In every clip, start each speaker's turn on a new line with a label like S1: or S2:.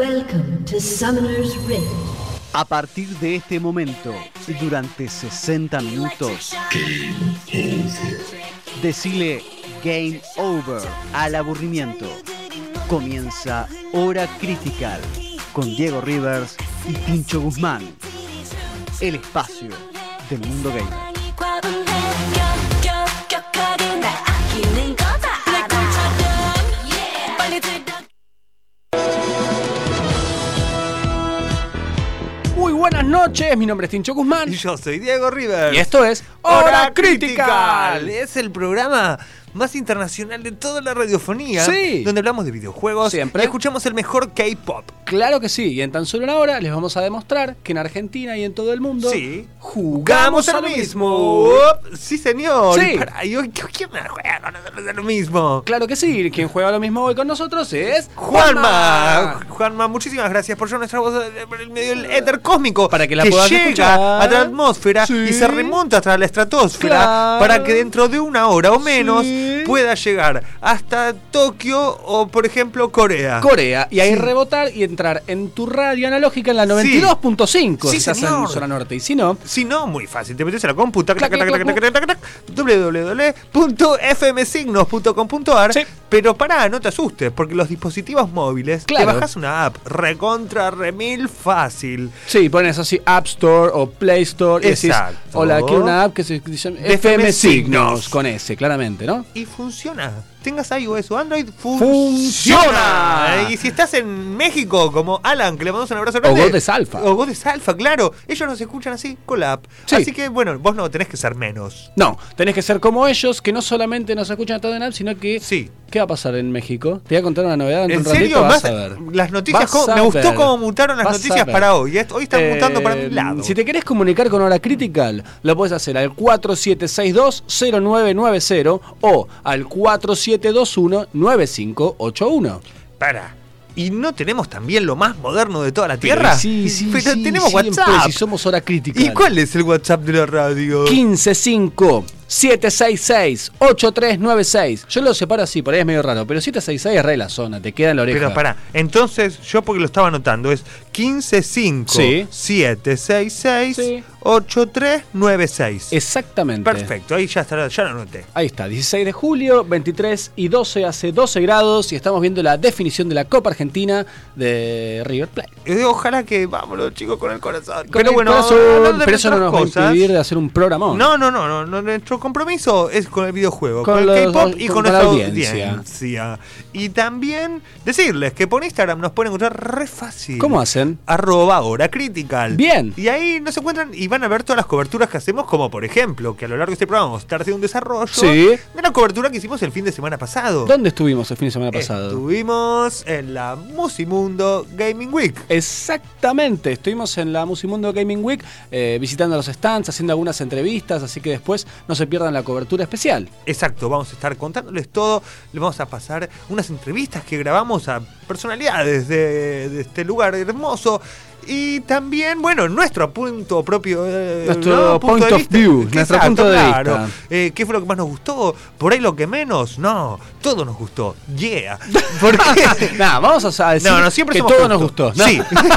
S1: Welcome to Summoner's Rift.
S2: A partir de este momento y durante 60 minutos, decile Game Over al aburrimiento. Comienza Hora Critical con Diego Rivers y Pincho Guzmán. El espacio del mundo gay.
S3: Muy buenas noches, mi nombre es Tincho Guzmán
S4: Y yo soy Diego River.
S3: y esto es Hora Crítica.
S4: Es el programa más internacional de toda la radiofonía.
S3: Sí.
S4: Donde hablamos de videojuegos.
S3: Siempre.
S4: Y escuchamos el mejor K-pop.
S3: Claro que sí, y en tan solo una hora les vamos a demostrar que en Argentina y en todo el mundo
S4: Sí.
S3: jugamos a
S4: al
S3: lo
S4: mismo.
S3: mismo.
S4: Up, Sí, señor.
S3: Sí.
S4: Y para- y hoy, ¿Quién me juega? No, no, no, lo mismo.
S3: Claro que sí, quien juega lo mismo hoy con nosotros es
S4: Juanma, Juanma, muchísimas gracias por llevar nuestra voz eh, por el medio del éter cósmico
S3: Para que la puedan
S4: llega
S3: escuchar.
S4: a la atmósfera
S3: Sí.
S4: y se remonta hasta la estratosfera
S3: Claro.
S4: para que dentro de una hora o menos
S3: Sí.
S4: pueda llegar hasta Tokio o por ejemplo Corea.
S3: Corea y ahí
S4: Sí.
S3: rebotar y entrar en tu radio analógica en la
S4: Sí.
S3: 92.5 si
S4: Sí,
S3: estás en
S4: señor.
S3: zona norte y si no
S4: si no, muy fácil, te metes a la compu, tac,
S3: Clac,
S4: tac,
S3: clac,
S4: tac,
S3: clac,
S4: tac, tac, tac, tac, www.fmsignos.com.ar
S3: Sí.
S4: Pero pará, no te asustes, porque los dispositivos móviles,
S3: Claro.
S4: te bajas una app recontra remil fácil.
S3: sí pones así App Store o Play Store y decís,
S4: Exacto.
S3: hola quiero una app que se dice FM,
S4: FM
S3: Signos
S4: Signos.
S3: con S claramente no
S4: y funciona. Tengas iOS o Android,
S3: Funciona.
S4: funciona. Y si estás en México, como Alan, que le mandamos un abrazo grande.
S3: Godes Alfa.
S4: O Godes Alfa, claro. Ellos nos escuchan así con la app.
S3: Sí.
S4: Así que, bueno, vos no tenés que ser menos.
S3: No, tenés que ser como ellos, que no solamente nos escuchan a todo en app, sino que.
S4: Sí.
S3: ¿Qué va a pasar en México? Te voy a contar una novedad dentro
S4: ¿En
S3: de un ratito,
S4: serio?
S3: vas
S4: Vas-
S3: a ver.
S4: las noticias,
S3: Vas
S4: cómo-
S3: a
S4: me gustó
S3: ver.
S4: cómo mutaron las
S3: Vas a
S4: noticias
S3: ver.
S4: para hoy. Est- Hoy están mutando para
S3: Eh,
S4: un lado.
S3: Si te querés comunicar con Hora Critical, lo puedes hacer al 4762-0990 o al 4721-9581.
S4: Para. ¿Y no tenemos también lo más moderno de toda la
S3: Pero
S4: Tierra?
S3: Sí, sí,
S4: Pero
S3: sí,
S4: tenemos
S3: siempre,
S4: WhatsApp.
S3: Si somos Hora Critical.
S4: ¿Y cuál es el WhatsApp de la radio?
S3: 155 766 8396. Yo lo separo así, por ahí es medio raro, pero 766 es re la zona, te queda en la oreja.
S4: Pero pará, entonces yo porque lo estaba anotando es 155
S3: Sí.
S4: 766
S3: Sí.
S4: 8396.
S3: Exactamente.
S4: Perfecto, ahí ya está, ya lo anoté.
S3: Ahí está, 16 de julio, 23 y 12 hace 12 grados y estamos viendo la definición de la Copa Argentina de River Plate.
S4: Eh, Ojalá que vámonos, chicos, con el corazón. pero
S3: el
S4: bueno,
S3: corazón,
S4: hablando de
S3: pero eso no nos
S4: otras
S3: va a
S4: cosas,
S3: impedir de hacer un programón.
S4: No, no, no, no, no, nuestro compromiso es con el videojuego,
S3: Con
S4: con, el
S3: los-
S4: K-pop y con,
S3: con- con la
S4: nuestra
S3: audiencia.
S4: audiencia. Y también decirles que por Instagram nos pueden encontrar re fácil.
S3: ¿Cómo hacen?
S4: Arroba Hora Critical.
S3: Bien.
S4: Y ahí nos encuentran y van a ver todas las coberturas que hacemos, como por ejemplo, que a lo largo de este programa vamos a estar haciendo un desarrollo
S3: Sí.
S4: de la cobertura que hicimos el fin de semana pasado.
S3: ¿Dónde estuvimos el fin de semana pasado?
S4: Estuvimos en la Musimundo Gaming Week.
S3: Exactamente, estuvimos en la Musimundo Gaming Week eh, visitando los stands, haciendo algunas entrevistas, así que después no se pierdan la cobertura especial.
S4: Exacto, vamos a estar contándoles todo. Les vamos a pasar unas entrevistas que grabamos a personalidades de, de este lugar hermoso. Y también, bueno, nuestro punto propio. eh,
S3: Nuestro point
S4: de
S3: of
S4: vista.
S3: view, nuestro punto de vista.
S4: Eh, ¿Qué fue lo que más nos gustó? ¿Por ahí lo que menos? No, todo nos gustó. Yeah. Porque.
S3: Nada, vamos a decir
S4: no, no, siempre
S3: que
S4: somos
S3: todo nos
S4: justos.
S3: gustó. ¿no?
S4: Sí.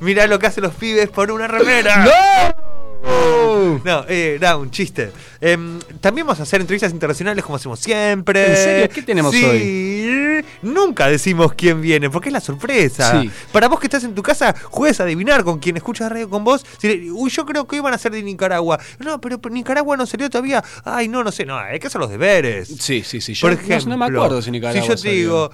S4: Mirá lo que hacen los pibes por una remera.
S3: ¡No!
S4: No, eh, da un chiste. Em, también vamos a hacer entrevistas internacionales como hacemos siempre.
S3: ¿En serio? ¿Qué tenemos
S4: Sí. Nunca decimos quién viene, porque es la sorpresa.
S3: Sí.
S4: Para vos que estás en tu casa, juegues a adivinar con quien escuchas radio con vos. Si le- Uy, yo creo que hoy van a ser de Nicaragua. No, pero Nicaragua no salió todavía. Ay, no, no sé. No, hay que hacer los deberes.
S3: Sí, sí, sí. Yo
S4: Por
S3: no-
S4: ejemplo,
S3: no, me acuerdo si Nicaragua.
S4: Si yo te
S3: salió.
S4: digo,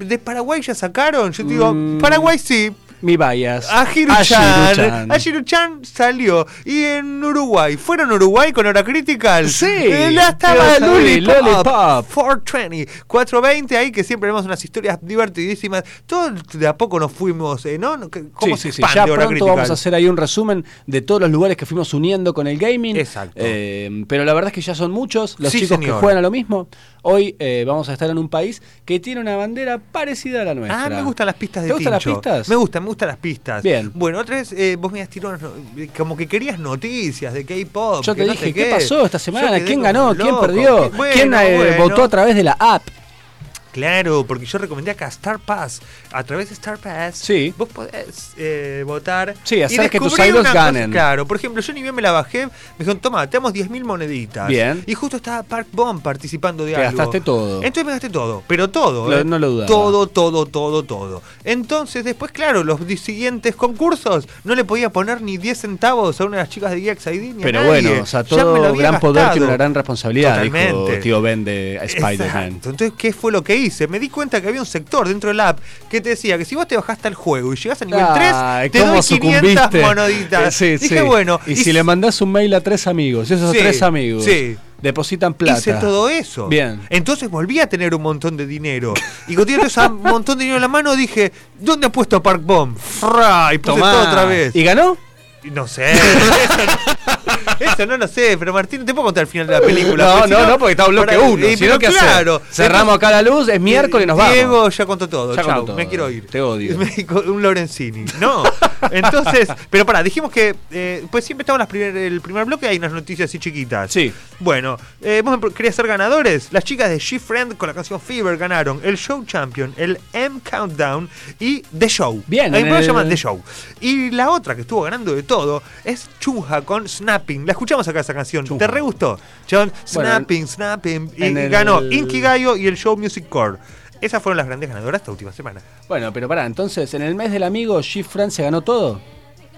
S4: ¿y de Paraguay ya sacaron? Yo te digo,
S3: Mm.
S4: Paraguay sí.
S3: Mi bias.
S4: Ajiruchan.
S3: Ajiru-chan.
S4: Ajiruchan salió. Y en Uruguay. ¿Fueron a Uruguay con hora critical?
S3: Sí.
S4: Eh, La
S3: Pero
S4: estaba
S3: salí,
S4: Lollipop.
S3: Lollipop.
S4: 420. 420 ahí que siempre vemos unas historias divertidísimas. Todo de a poco nos fuimos, eh, ¿no? ¿Cómo
S3: sí, sí,
S4: se
S3: sí.
S4: expande
S3: Ya
S4: hora
S3: pronto
S4: critical?
S3: vamos a hacer ahí un resumen de todos los lugares que fuimos uniendo con el gaming.
S4: Exacto.
S3: Eh, pero la verdad es que ya son muchos los
S4: Sí,
S3: chicos que
S4: señor.
S3: juegan a lo mismo. Hoy eh, vamos a estar en un país que tiene una bandera parecida a la nuestra.
S4: Ah, me gustan las pistas de
S3: ¿Te gustan las
S4: Tincho.
S3: pistas?
S4: Me gustan, me gustan las pistas.
S3: Bien.
S4: Bueno, otra vez eh, vos me has tirado unas no- como que querías noticias de K-pop.
S3: Yo
S4: que
S3: te
S4: no
S3: dije,
S4: sé
S3: ¿qué pasó esta
S4: Yo
S3: semana?
S4: quedé
S3: ¿Quién
S4: como
S3: ganó?
S4: un
S3: ¿Quién
S4: loco.
S3: perdió?
S4: Bueno,
S3: ¿Quién eh,
S4: bueno.
S3: votó a través de la app?
S4: Claro, porque yo recomendé acá Star Pass. A través de Star Pass,
S3: Sí.
S4: vos podés eh, votar.
S3: Sí, hacer
S4: y
S3: que tus
S4: descubrir
S3: idols
S4: una cosa-
S3: ganen.
S4: claro, por ejemplo, yo ni bien me la bajé. Me dijeron, toma, te damos 10.000 moneditas.
S3: Bien.
S4: Y justo estaba Park Bomb participando de
S3: Te
S4: algo.
S3: gastaste todo.
S4: Entonces me gasté todo, pero todo.
S3: Lo-
S4: eh.
S3: no lo dudaba.
S4: Todo, todo, todo, todo. Entonces, después, claro, los di- siguientes concursos no le podía poner ni 10 centavos a una de las chicas de E EXID ni a
S3: Pero
S4: nadie.
S3: bueno, o sea,
S4: Ya me lo
S3: todo
S4: había
S3: gran poder tiene
S4: gastado.
S3: una gran responsabilidad,
S4: Totalmente.
S3: dijo tío Ben de Spider-Man.
S4: Exacto. Entonces, ¿qué fue lo que hice? Me di cuenta que había un sector dentro del app que te decía que si vos te bajaste al juego y llegás a nivel
S3: Ay, Eh,
S4: 3, te doy 500 moneditas.
S3: Sí,
S4: Dije,
S3: sí.
S4: bueno,
S3: y, si le mandás un mail a tres amigos, y esos
S4: Sí,
S3: tres amigos
S4: sí.
S3: depositan plata.
S4: Hice todo eso.
S3: Bien.
S4: Entonces volví a tener un montón de dinero. Y cuando tenía ese montón de dinero en la mano, dije, ¿dónde ha puesto Park Bomb? Fra, Y puse
S3: Tomá.
S4: todo otra vez.
S3: ¿Y ganó?
S4: Y No sé. eso, no, eso no lo sé, pero Martín, te puedo contar el final de la película.
S3: No,
S4: porque si
S3: no, no, porque está bloque
S4: Pará,
S3: uno.
S4: y,
S3: si no,
S4: pero
S3: ¿qué hacer?
S4: claro.
S3: Cerramos acá la luz, es miércoles y nos vamos.
S4: Diego ya contó todo.
S3: Ya
S4: chau,
S3: contó todo.
S4: me quiero ir.
S3: Te odio.
S4: Me- con un Lorenzini. No. Entonces, pero pará, dijimos que eh, pues siempre estamos en las primer- el primer bloque hay unas noticias así chiquitas.
S3: Sí.
S4: Bueno, eh, vos me- querías ser ganadores. Las chicas de She-Friend con la canción Fever ganaron el Show Champion, el M Countdown y The Show.
S3: Bien,
S4: A mí me lo
S3: el-
S4: llaman The Show. Y la otra que estuvo ganando de todo es Chunja con Snapping. La escuchamos acá esa canción. ¿Te
S3: Chunja.
S4: re gustó? John,
S3: Bueno,
S4: Snapping, Snapping. Y
S3: en el-
S4: ganó Inkigayo y el Show Music Core. Esas fueron las grandes ganadoras esta última semana.
S3: Bueno, pero pará, entonces, en el mes del amigo, G. Fran se ganó todo.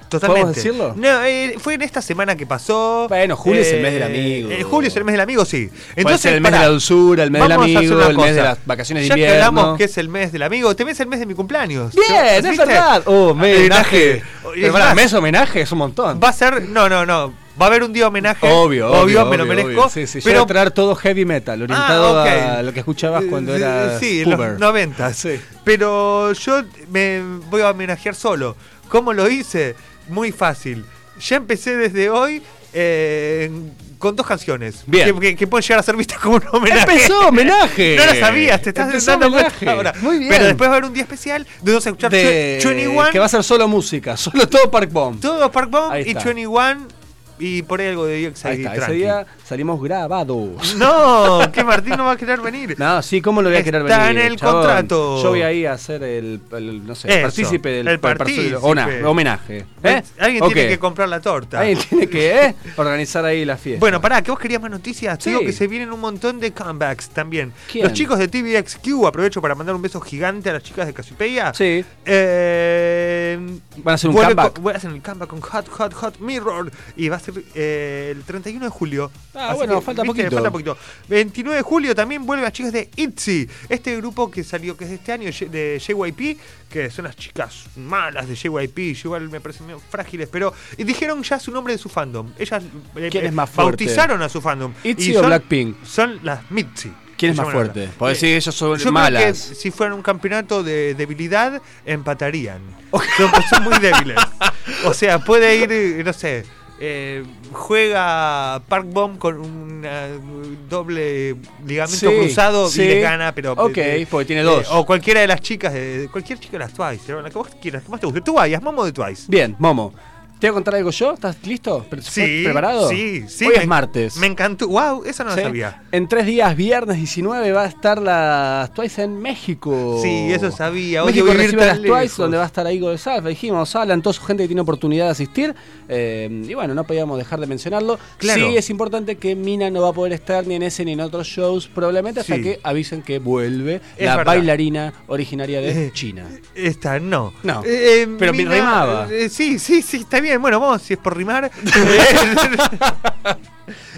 S4: Totalmente.
S3: ¿Podemos decirlo?
S4: No, eh, fue en esta semana que pasó.
S3: Bueno, julio es el mes del amigo.
S4: eh, julio es el mes del amigo, sí.
S3: Puede ser el mes
S4: pará,
S3: de la dulzura, el mes del
S4: vamos a hacer
S3: amigo,
S4: una
S3: el mes
S4: cosa.
S3: de las vacaciones de
S4: ya
S3: invierno.
S4: que hablamos que es el mes del amigo, también es el mes de mi cumpleaños.
S3: Bien,
S4: ¿Viste? Ah,
S3: es verdad. Oh, homenaje.
S4: Homenaje. Es
S3: Pero pará,
S4: más,
S3: mes homenaje es un montón.
S4: Va a ser. No, no, no. Va a haber un día homenaje.
S3: Obvio, obvio,
S4: me lo
S3: obvio,
S4: merezco.
S3: obvio. Sí, sí,
S4: pero
S3: pero traer todo heavy metal, orientado
S4: Ah, ok.
S3: a lo que escuchabas cuando
S4: Eh,
S3: era
S4: Sí, en los
S3: puber.
S4: 90.
S3: Sí.
S4: Pero yo me voy a homenajear solo. ¿Cómo lo hice? Muy fácil. Ya empecé desde hoy eh, con dos canciones.
S3: Bien.
S4: Que, que- que pueden llegar a ser vistas como un homenaje.
S3: ¡Empezó homenaje!
S4: No lo sabías, te estás
S3: Empezó
S4: dando
S3: homenaje.
S4: cuenta ahora.
S3: Muy bien.
S4: Pero después va a haber un día especial donde vas a escuchar
S3: De-
S4: 21,
S3: que va a ser solo música, solo todo Park Bomb.
S4: todo Park Bomb
S3: Ahí
S4: y
S3: está.
S4: 21 y por ahí algo de EXID
S3: Ahí está, ese
S4: tranqui.
S3: día salimos grabados.
S4: No, que Martín no va a querer venir.
S3: No, sí, ¿cómo lo voy a querer
S4: Está
S3: venir?
S4: en el
S3: chabón?
S4: contrato.
S3: Yo voy ahí a ser el, el, no sé,
S4: Eso,
S3: partícipe del
S4: el
S3: per- per-
S4: partícipe.
S3: ona- homenaje. ¿Eh?
S4: Alguien
S3: Ok.
S4: tiene que comprar la torta.
S3: Alguien tiene que ¿eh? organizar ahí la fiesta.
S4: Bueno, pará, que vos querías más noticias. Te
S3: Sí.
S4: Digo que se vienen un montón de comebacks también.
S3: ¿Quién?
S4: Los chicos de TVXQ, aprovecho para mandar un beso gigante a las chicas de Casipeia.
S3: Sí.
S4: Eh,
S3: Van a hacer un
S4: vuelve
S3: comeback.
S4: con- Voy a hacer el comeback con Hot, Hot, Hot Mirror. Y va a ser eh, el 31 de julio.
S3: Ah, bueno, falta poquito.
S4: falta 29 de julio también vuelve a chicas de ITZY. Este grupo que salió, que es de este año, ye- de JYP, que son las chicas malas de JYP. Igual me parecen medio frágiles, pero y dijeron ya su nombre de su fandom. Ellas eh,
S3: ¿Quién
S4: eh,
S3: es más fuerte?
S4: bautizaron a su fandom.
S3: ¿ITZY
S4: Y
S3: o
S4: son-
S3: Blackpink?
S4: Son las MITZY.
S3: ¿Quién es
S4: se
S3: más
S4: llaman ahora.
S3: fuerte? Porque si ellos son
S4: yo creo
S3: malas.
S4: que si fueran un campeonato de debilidad, empatarían. Son, son muy débiles. O sea, puede ir, eh, no sé, eh, juega Park Bomb con un eh, doble ligamento
S3: Sí,
S4: cruzado
S3: sí.
S4: y le gana, pero.
S3: Ok,
S4: eh,
S3: porque tiene dos.
S4: o cualquiera de las chicas, eh, cualquier chica de las Twice, eh, la que vos quieras, que más te guste. Twice, momo de Twice.
S3: Bien, Momo. ¿Te voy a contar algo yo? ¿Estás listo? ¿Pre- ¿Preparado?
S4: Sí, sí.
S3: Hoy
S4: me-
S3: es martes.
S4: Me encantó. Wow, esa no
S3: ¿Sí?
S4: la sabía.
S3: En tres días, viernes 19, va a estar las Twice en México.
S4: Sí, eso sabía. Odio
S3: México
S4: vivir
S3: recibe a
S4: tan
S3: las Twice,
S4: lejos.
S3: donde va a estar ahí de Salva. Dijimos, Alan, toda su gente que tiene oportunidad de asistir. Eh, y bueno, no podíamos dejar de mencionarlo.
S4: Claro.
S3: Sí, es importante que Mina no va a poder estar ni en ese ni en otros shows, probablemente hasta
S4: Sí.
S3: que avisen que vuelve
S4: Es
S3: la
S4: verdad.
S3: bailarina originaria de
S4: Eh.
S3: China.
S4: Esta no.
S3: No,
S4: Eh, eh,
S3: pero me rimaba.
S4: eh, sí, sí, sí, está bien. Bueno, vamos, si es por rimar.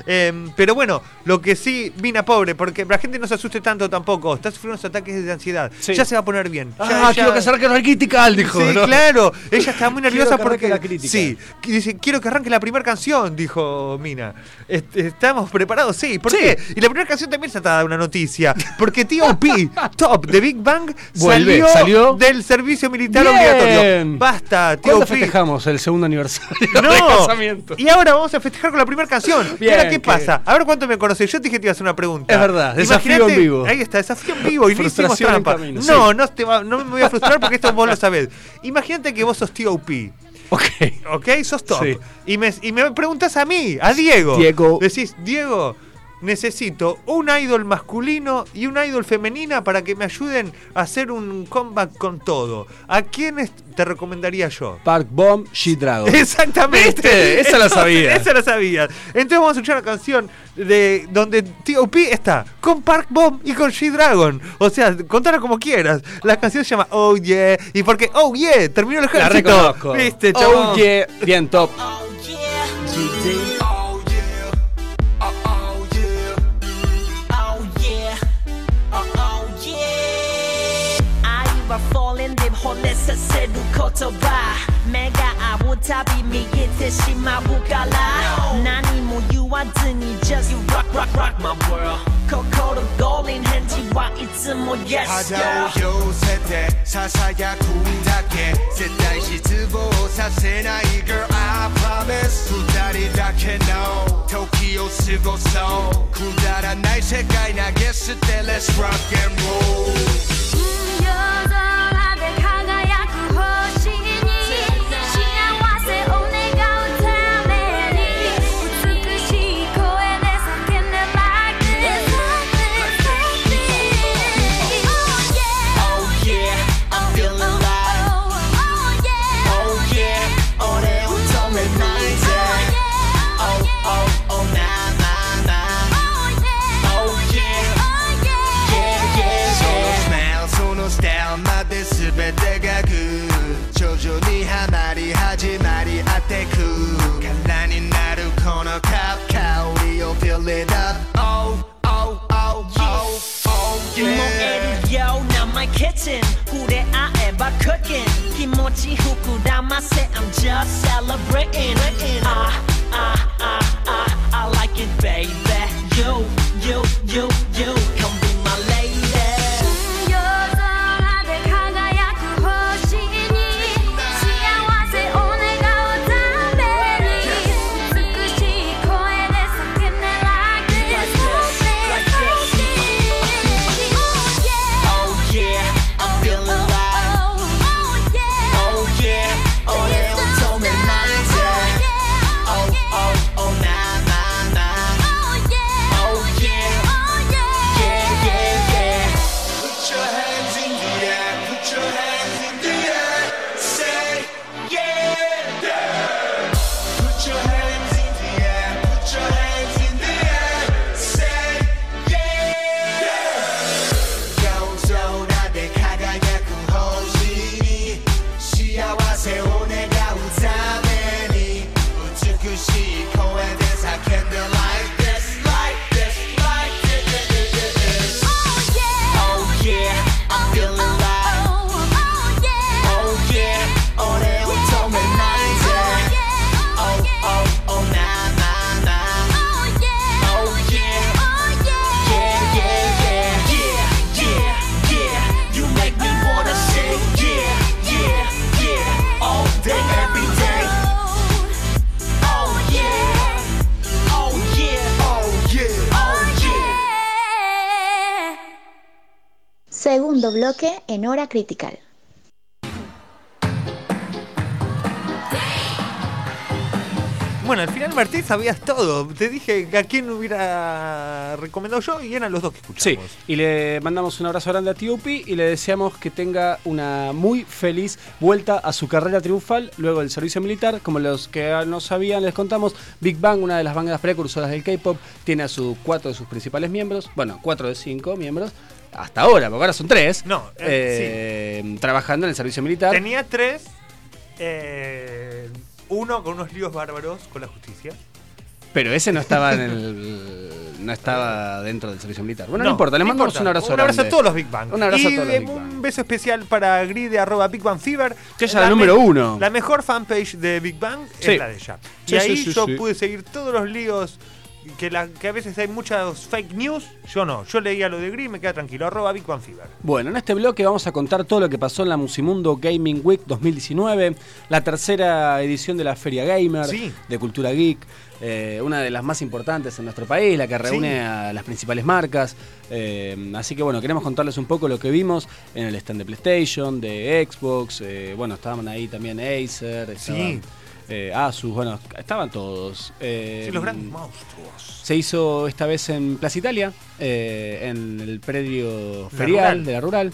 S4: Eh, pero bueno, lo que sí, Mina pobre, porque la gente no se asuste tanto tampoco. Está sufriendo unos ataques de ansiedad.
S3: Sí.
S4: Ya se va a poner bien. Ya-
S3: Ah,
S4: ya-
S3: quiero que se arranque el critical, dijo.
S4: Sí,
S3: ¿no?
S4: claro. Ella estaba muy
S3: Quiero
S4: nerviosa
S3: que
S4: porque.
S3: arranque la crítica.
S4: Sí. que Dice, quiero que arranque la primera canción, dijo Mina. Este, estamos preparados, sí. ¿Por
S3: Sí.
S4: qué? Y la primera canción también se trata de una noticia. Porque T.O.P. Top de Big Bang
S3: Vuelve,
S4: salió,
S3: salió.
S4: del servicio militar
S3: Bien.
S4: obligatorio. Basta,
S3: ¿Cuándo
S4: T.O.P.
S3: festejamos el segundo aniversario del
S4: No,
S3: casamiento?
S4: y ahora vamos a festejar con la primera canción. Y
S3: Bien,
S4: ahora, ¿qué
S3: que-
S4: pasa? A ver cuánto me conoces. Yo te dije que te iba a hacer una pregunta.
S3: Es verdad, desafío
S4: Imaginate-
S3: en vivo.
S4: Ahí está, desafío en vivo y no hicimos
S3: Frustración en
S4: trampa.
S3: camino,
S4: no,
S3: sí.
S4: no, te va- no me voy a frustrar porque esto vos lo sabés. Imagínate que vos sos T.O.P.
S3: Ok.
S4: ¿Ok? Sos top.
S3: Sí.
S4: Y, me, y me preguntas a mí, a Diego.
S3: Diego.
S4: Decís, Diego, Necesito un idol masculino y un idol femenina para que me ayuden a hacer un comeback con todo. ¿A quiénes te recomendaría yo?
S3: Park Bomb, She Dragon.
S4: Exactamente.
S3: ¿Viste? Esa la sabía.
S4: Esa la sabía. Entonces vamos a escuchar la canción de donde T.O.P. está con Park Bomb y con G-Dragon. O sea, contala como quieras. La canción se llama Oh Yeah. Y porque Oh Yeah terminó el
S3: La
S4: ejército.
S3: reconozco.
S4: ¿Viste, chabón? Ah,
S3: oh, yeah. Bien, top.
S5: Oh yeah, oh, oh yeah. Arriba fallen de honesta sedu kotoba. Mega abutabi miyete shima bukala. Nani mo you are dini just you rock rock rock my world. Kokoro golden handy wa itsumo yes
S6: 肌
S5: girl.
S6: を寄せてささやくんだけ絶対失望させない Girl I promise 二人だけの時を過ごそうくだらない世界投げ捨て Let's rock and roll
S7: 夜空で輝く星に幸せを願うために美しい声で叫んで Like this Oh yeah
S5: Oh yeah, I'm feeling alive.
S7: Oh
S5: Oh
S7: yeah
S5: yeah,俺を止めないで。Oh oh oh na na na. Oh yeah. Yeah, yeah,
S6: そのスマイルそのスタイルまで全てがグー徐々にハマり始まり当てく空になるこのカップ香りを Feel it up Oh oh oh oh oh
S5: 燃
S6: yeah
S5: えるようなマイキッチン触れ合えば cooking 気持ち膨らませ I'm just celebrating Ah ah ah ah I like it baby You you you you come be my lady
S7: 夜空で輝く星に幸せを願うために美しい声で叫んで Like this
S5: Oh yeah I'm feeling alive Oh yeah 俺を止めないで Oh oh oh na na na Oh yeah yeah yeah yeah
S6: Put your hands in the air Put your hands in the air Say yeah yeah. Put your hands in the air Put your hands in the air Say yeah yeah. 夜空で輝く星に幸せを願うために美しい声で叫んで Like this, like this, like this
S5: Oh yeah I'm feeling alive Oh yeah 俺を止めないで Oh oh oh na na na Oh yeah yeah yeah yeah Yeah yeah yeah You make me wanna sing Yeah yeah yeah All day every day Oh yeah Oh
S6: Oh
S5: yeah
S6: yeah
S5: Oh yeah
S7: Oh,
S8: Segundo bloque en hora critical.
S4: Bueno, al final Martín sabías todo. Te dije a quién hubiera recomendado yo y eran los dos que
S3: Sí,
S4: escuchamos.
S3: y le mandamos un abrazo grande a T.O.P. y le deseamos que tenga una muy feliz vuelta a su carrera triunfal luego del servicio militar. Como los que no sabían, les contamos, Big Bang, una de las bandas precursoras del K-pop, tiene a sus cuatro de sus principales miembros, bueno, cuatro de cinco miembros, hasta ahora, porque ahora son tres,
S4: No, eh,
S3: eh, trabajando en el servicio militar.
S4: Tenía tres. eh, uno con unos líos bárbaros con la justicia.
S3: Pero ese no estaba en el. No estaba dentro del servicio militar. Bueno, no,
S4: No,
S3: importa, le
S4: no
S3: mandamos
S4: importa.
S3: un abrazo
S4: Un abrazo
S3: grande.
S4: a todos los Big Bang.
S3: Un abrazo
S4: y
S3: a todos los
S4: eh,
S3: Big
S4: Un
S3: Bang.
S4: beso especial para Grid de arroba Big Bang Fever.
S3: Que ella es la número
S4: me-
S3: uno.
S4: La mejor fanpage de Big Bang
S3: Sí.
S4: es la de ella.
S3: Sí,
S4: y ahí
S3: sí, sí,
S4: yo
S3: sí.
S4: pude seguir todos los líos. Que, la- que a veces hay muchas fake news. Yo no. Yo leía lo de Grid y me queda tranquilo. Arroba Big Bang Fever.
S3: Bueno, en este bloque vamos a contar todo lo que pasó en la Musimundo Gaming Week 2019, la tercera edición de la Feria Gamer
S4: Sí.
S3: de Cultura Geek, eh, una de las más importantes en nuestro país, la que reúne
S4: Sí.
S3: a las principales marcas. eh, así que bueno, queremos contarles un poco lo que vimos en el stand de PlayStation, de Xbox, eh, bueno, estaban ahí también Acer, estaban,
S4: Sí.
S3: eh, Asus, bueno, estaban todos. eh,
S4: Sí, los grandes monstruos.
S3: Se hizo esta vez en Plaza Italia, eh, en el predio
S4: La
S3: ferial
S4: Rural.
S3: de la rural.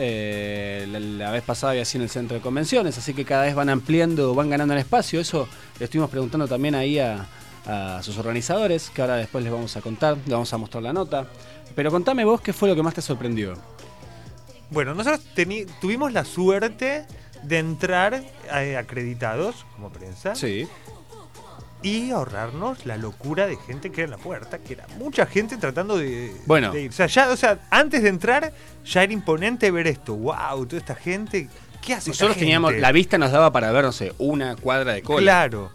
S3: Eh, la, la vez pasada había sido en el centro de convenciones, así que cada vez van ampliando, van ganando en espacio. Eso le estuvimos preguntando también ahí a, a sus organizadores, que ahora después les vamos a contar, les vamos a mostrar la nota. Pero contame vos qué fue lo que más te sorprendió.
S4: Bueno, nosotros teni- tuvimos la suerte de entrar eh, acreditados como prensa
S3: Sí.
S4: y ahorrarnos la locura de gente que era en la puerta, que era mucha gente tratando de,
S3: Bueno.
S4: de ir. O sea, ya, o sea, antes de entrar ya era imponente ver esto. ¡Wow! Toda esta gente. ¿Qué hace esta
S3: Nosotros teníamos,
S4: gente?
S3: la vista nos daba para ver, no sé, una cuadra de cola.
S4: Claro.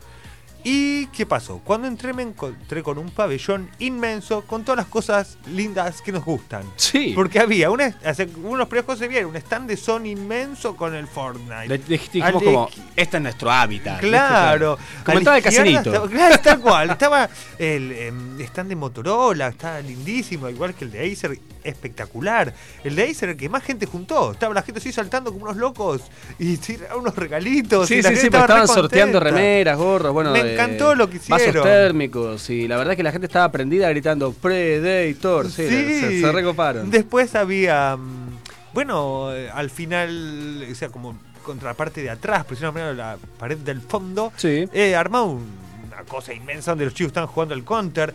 S4: ¿Y qué pasó? Cuando entré me encontré con un pabellón inmenso con todas las cosas lindas que nos gustan.
S3: Sí.
S4: Porque había una, hace unos periódicos se vieron un stand de Sony inmenso con el Fortnite.
S3: Le- le- dijimos
S4: Al de-
S3: como, este es nuestro hábitat.
S4: Claro.
S3: ¿viste?
S4: A
S3: Como
S4: la
S3: entraba el
S4: izquierda
S3: caserito.
S4: estaba- claro, tal cual. Estaba el em, stand de Motorola, estaba lindísimo, igual que el de Acer, espectacular. El de Acer, el que más gente juntó. Estaba la gente así saltando como unos locos y tiraban unos regalitos.
S3: Sí,
S4: y
S3: sí,
S4: la
S3: sí,
S4: gente
S3: pero
S4: estaba re
S3: estaban sorteando
S4: contenta.
S3: remeras, gorros, bueno.
S4: Me encantó lo que hicieron.
S3: Vasos térmicos, y la verdad es que la gente estaba prendida gritando Predator. Sí, se, se recoparon.
S4: Después había. mm, Bueno, eh, al final, o sea, como contra la parte de atrás, pusieron primero la pared del fondo.
S3: Sí.
S4: Eh, armado un- una cosa inmensa donde los chicos estaban jugando al counter.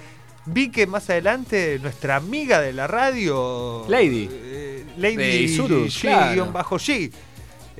S4: Vi que más adelante nuestra amiga de la radio.
S3: Lady.
S4: eh, Lady
S3: De Isuru,
S4: G,
S3: claro.
S4: guión bajo G.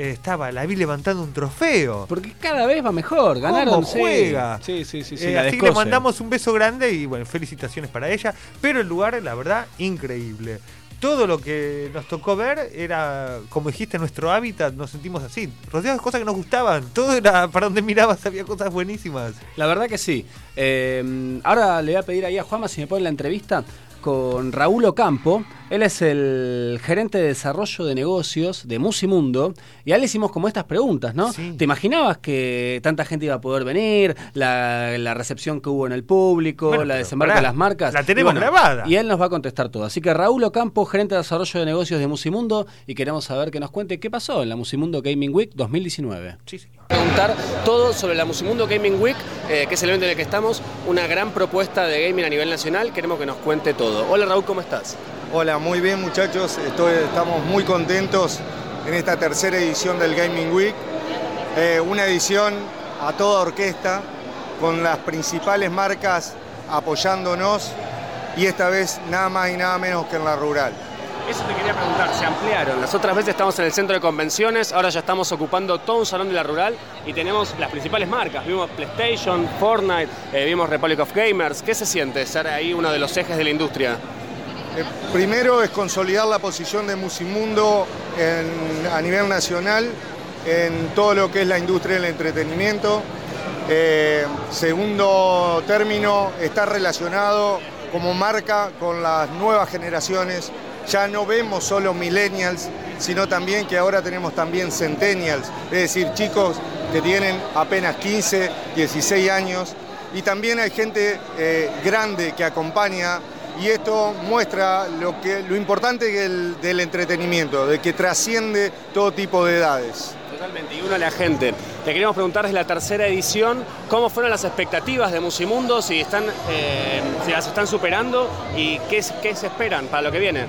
S4: eh, estaba, la vi levantando un trofeo.
S3: Porque cada vez va mejor, ganaron.
S4: ¿Cómo
S3: sí.
S4: juega?
S3: Sí, sí, sí. sí,
S4: Eh,
S3: la
S4: así que le
S3: descosen.
S4: mandamos un beso grande y bueno, felicitaciones para ella. Pero el lugar, la verdad, increíble. Todo lo que nos tocó ver era, como dijiste, nuestro hábitat, nos sentimos así, rodeados de cosas que nos gustaban. Todo era para donde mirabas, había cosas buenísimas.
S3: La verdad que sí. Eh, ahora le voy a pedir ahí a Juanma si me pone la entrevista con Raúl Ocampo. Él es el gerente de desarrollo de negocios de Musimundo. Y a él le hicimos como estas preguntas, ¿no?
S4: Sí.
S3: ¿Te imaginabas que tanta gente iba a poder venir? La, la recepción que hubo en el público,
S4: Bueno,
S3: la
S4: pero
S3: desembarca de
S4: pará,
S3: las marcas.
S4: la
S3: Y
S4: tenemos grabada.
S3: Y él nos va a contestar todo. Así que Raúl Ocampo, gerente de desarrollo de negocios de Musimundo. Y queremos saber que nos cuente qué pasó en la Musimundo Gaming Week 2019 preguntar todo sobre la Musimundo Gaming Week, eh, que es el evento en el que estamos, una gran propuesta de gaming a nivel nacional, queremos que nos cuente todo. Hola Raúl, ¿cómo estás?
S9: Hola, muy bien muchachos, Estoy- estamos muy contentos en esta tercera edición del Gaming Week, Eh, una edición a toda orquesta, con las principales marcas apoyándonos y esta vez nada más y nada menos que en la rural.
S3: Eso te quería preguntar, se ampliaron. Las otras veces estamos en el centro de convenciones, ahora ya estamos ocupando todo un salón de la rural y tenemos las principales marcas. Vimos PlayStation, Fortnite, eh, vimos Republic of Gamers. ¿Qué se siente ser ahí uno de los ejes de la industria?
S9: Eh, Primero es consolidar la posición de Musimundo en- a nivel nacional en todo lo que es la industria del entretenimiento. Eh, segundo término, está relacionado como marca con las nuevas generaciones. Ya no vemos solo millennials, sino también que ahora tenemos también centennials, es decir, chicos que tienen apenas 15, 16 años. Y también hay gente eh, grande que acompaña y esto muestra lo, que, lo importante que el- del entretenimiento, de que trasciende todo tipo de edades.
S3: Totalmente, y uno a la gente. Te queríamos preguntar desde la tercera edición, ¿cómo fueron las expectativas de Musimundo? Si, están, eh, si las están superando y qué, es- qué se esperan para lo que viene.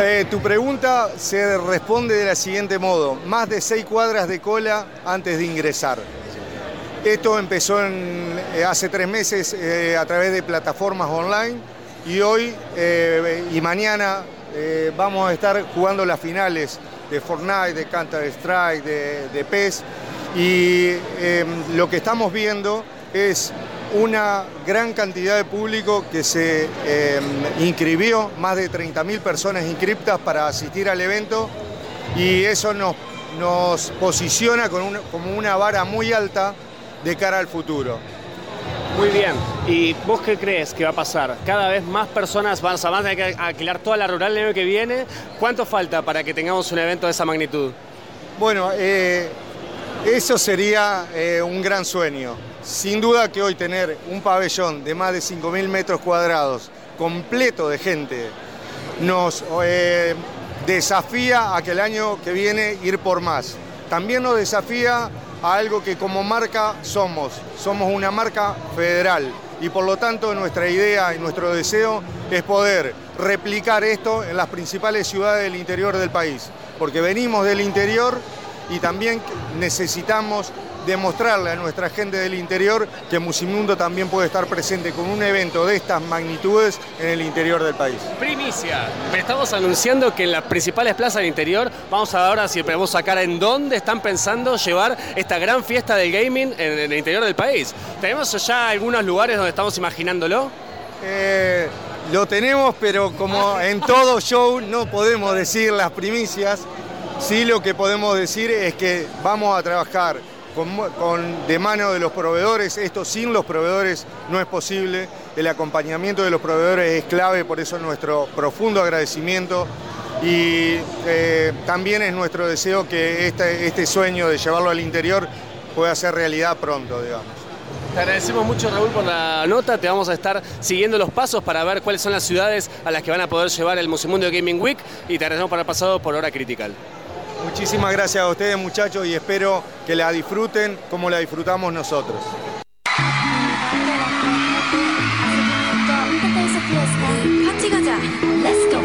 S9: Eh, tu pregunta se responde de la siguiente modo. Más de seis cuadras de cola antes de ingresar. Esto empezó en- eh, hace tres meses eh, a través de plataformas online y hoy eh, y mañana eh, vamos a estar jugando las finales de Fortnite, de Counter Strike, de, de PES y eh, lo que estamos viendo es una gran cantidad de público que se eh, inscribió, más de 30.000 personas inscriptas para asistir al evento y eso nos, nos posiciona con un- como una vara muy alta de cara al futuro.
S3: Muy bien. ¿Y vos qué crees que va a pasar? Cada vez más personas van, o sea, van a tener que alquilar toda la rural el año que viene. ¿Cuánto falta para que tengamos un evento de esa magnitud?
S9: Bueno, eh, eso sería eh, un gran sueño. Sin duda que hoy tener un pabellón de más de 5.000 metros cuadrados completo de gente nos eh, desafía a que el año que viene ir por más. También nos desafía a algo que como marca somos. Somos una marca federal y por lo tanto nuestra idea y nuestro deseo es poder replicar esto en las principales ciudades del interior del país. Porque venimos del interior y también necesitamos demostrarle a nuestra gente del interior que Musimundo también puede estar presente con un evento de estas magnitudes en el interior del país.
S10: Primicia, estamos anunciando que en las principales plazas del interior vamos a ahora si podemos sacar en dónde están pensando llevar esta gran fiesta del gaming en el interior del país. ¿Tenemos ya algunos lugares donde estamos imaginándolo?
S9: Eh, lo tenemos, pero como
S10: Ah.
S9: en todo show no podemos decir las primicias. Sí lo que podemos decir es que vamos a trabajar con, mu- con- de mano de los proveedores. Esto sin los proveedores no es posible. El acompañamiento de los proveedores es clave, por eso nuestro profundo agradecimiento. Y eh, también es nuestro deseo que este, este sueño de llevarlo al interior pueda ser realidad pronto, digamos.
S10: Te agradecemos mucho Raúl por la nota, te vamos a estar siguiendo los pasos para ver cuáles son las ciudades a las que van a poder llevar el Musimundo Gaming Week y te agradecemos por haber pasado por Hora Critical.
S9: Muchísimas gracias a ustedes muchachos y espero que la disfruten como la disfrutamos nosotros.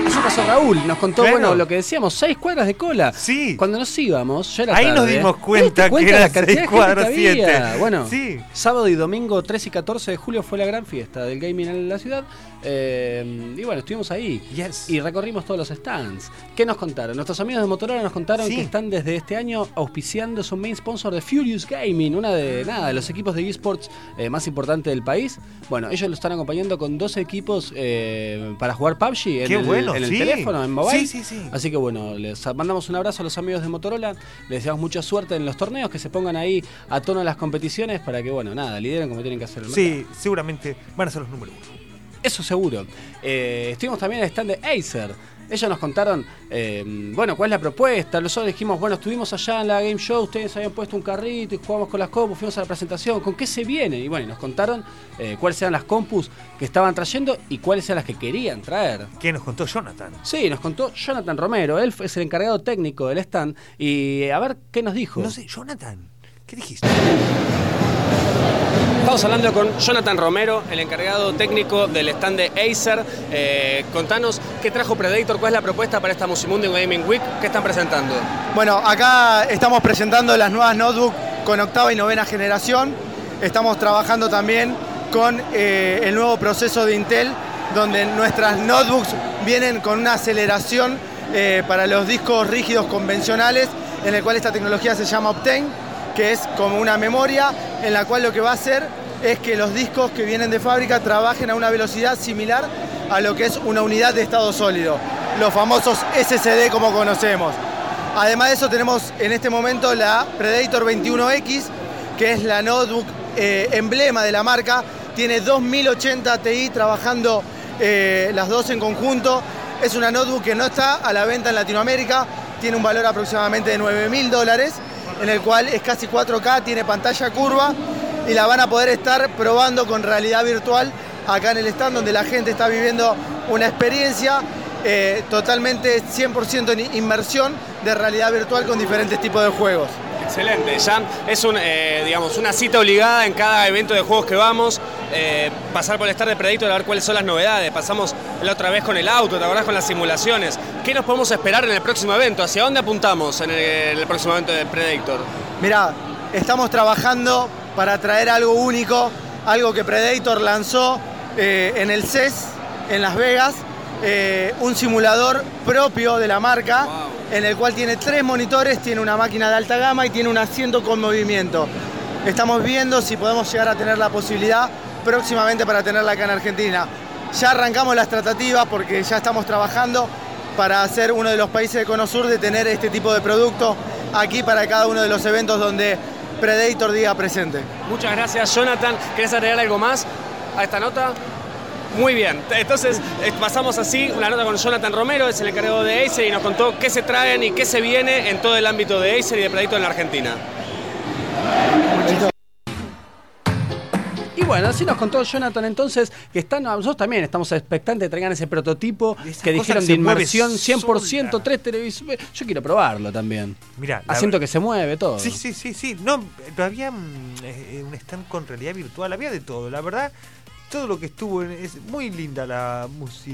S3: Eso pasó Raúl, nos contó,
S4: Claro.
S3: bueno, lo que decíamos, seis cuadras de cola.
S4: Sí.
S3: Cuando nos íbamos, ya era
S4: Ahí
S3: tarde. ¿eh?
S4: nos dimos
S3: ¿Te
S4: cuenta
S3: diste
S4: que era
S3: la cantidad
S4: seis
S3: de gente que
S4: cuadras,
S3: había?
S4: siete.
S3: Bueno,
S4: Sí.
S3: sábado y domingo 13 y 14 de julio fue la gran fiesta del gaming en la ciudad. Eh, y bueno, estuvimos ahí.
S4: Yes.
S3: Y recorrimos todos los stands. ¿Qué nos contaron? Nuestros amigos de Motorola nos contaron
S4: Sí.
S3: que están desde este año auspiciando su main sponsor de Furious Gaming, una de nada de los equipos de esports eh, más importantes del país. Bueno, ellos lo están acompañando con 12 equipos eh, para jugar PUBG en
S4: Qué
S3: el,
S4: bueno,
S3: en el
S4: sí.
S3: teléfono, en mobile.
S4: Sí, sí, sí.
S3: Así que bueno, les mandamos un abrazo a los amigos de Motorola, les deseamos mucha suerte en los torneos, que se pongan ahí a tono las competiciones para que, bueno, nada, lideren como tienen que hacer el mercado.
S4: Sí, seguramente van a ser los números uno.
S3: Eso seguro. Eh, estuvimos también en el stand de Acer. Ellos nos contaron, eh, bueno, cuál es la propuesta. Nosotros dijimos, bueno, estuvimos allá en la Game Show, ustedes habían puesto un carrito y jugamos con las compus, fuimos a la presentación, ¿con qué se viene? Y bueno, y nos contaron eh, cuáles eran las compus que estaban trayendo y cuáles eran las que querían traer.
S4: ¿Qué nos contó Jonathan?
S3: Sí, nos contó Jonathan Romero, él es el encargado técnico del stand y eh, a ver qué nos dijo.
S4: No sé, Jonathan, ¿qué dijiste?
S10: Estamos hablando con Jonathan Romero, el encargado técnico del stand de Acer. Eh, contanos qué trajo Predator, cuál es la propuesta para esta Musimundo Gaming Week, qué están presentando.
S11: Bueno, acá estamos presentando las nuevas notebooks con octava y novena generación. Estamos trabajando también con eh, el nuevo proceso de Intel, donde nuestras notebooks vienen con una aceleración eh, para los discos rígidos convencionales, en el cual esta tecnología se llama Optane que es como una memoria en la cual lo que va a hacer es que los discos que vienen de fábrica trabajen a una velocidad similar a lo que es una unidad de estado sólido, los famosos SSD como conocemos. Además de eso tenemos en este momento la Predator 21X, que es la notebook eh, emblema de la marca, tiene 2080 Ti trabajando eh, las dos en conjunto, es una notebook que no está a la venta en Latinoamérica, tiene un valor aproximadamente de 9 mil dólares en el cual es casi 4K, tiene pantalla curva y la van a poder estar probando con realidad virtual acá en el stand donde la gente está viviendo una experiencia eh, totalmente 100% en inmersión de realidad virtual con diferentes tipos de juegos.
S10: Excelente, ya es un, eh, digamos, una cita obligada en cada evento de juegos que vamos. eh, pasar por el stand de Predator a ver cuáles son las novedades. Pasamos la otra vez con el auto, te acordás con las simulaciones. ¿Qué nos podemos esperar en el próximo evento? ¿Hacia dónde apuntamos en el, en el próximo evento de Predator?
S11: Mirá, estamos trabajando para traer algo único, algo que Predator lanzó eh, en el CES, en Las Vegas, eh, un simulador propio de la marca, en el cual tiene tres monitores, tiene una máquina de alta gama y tiene un asiento con movimiento. Estamos viendo si podemos llegar a tener la posibilidad próximamente para tenerla acá en Argentina. Ya arrancamos las tratativas porque ya estamos trabajando para ser uno de los países de Cono Sur de tener este tipo de producto aquí para cada uno de los eventos donde Predator diga presente.
S10: Muchas gracias, Jonathan. ¿Querés agregar algo más a esta nota? Muy bien, entonces eh, pasamos así una nota con Jonathan Romero, es el encargado de Acer y nos contó qué se traen y qué se viene en todo el ámbito de Acer y de Predator en la Argentina.
S3: Y bueno, así nos contó Jonathan entonces que están, nosotros también estamos expectantes de traigan ese prototipo que dijeron
S4: que
S3: de
S4: se mueve
S3: inmersión 100%, tres televisores. Yo quiero probarlo también.
S4: Mira, la
S3: Asiento que se mueve todo.
S4: Sí, sí, sí, sí. No, pero había mm, eh, un stand con realidad virtual, había de todo. La verdad, todo lo que estuvo en- es muy linda la música.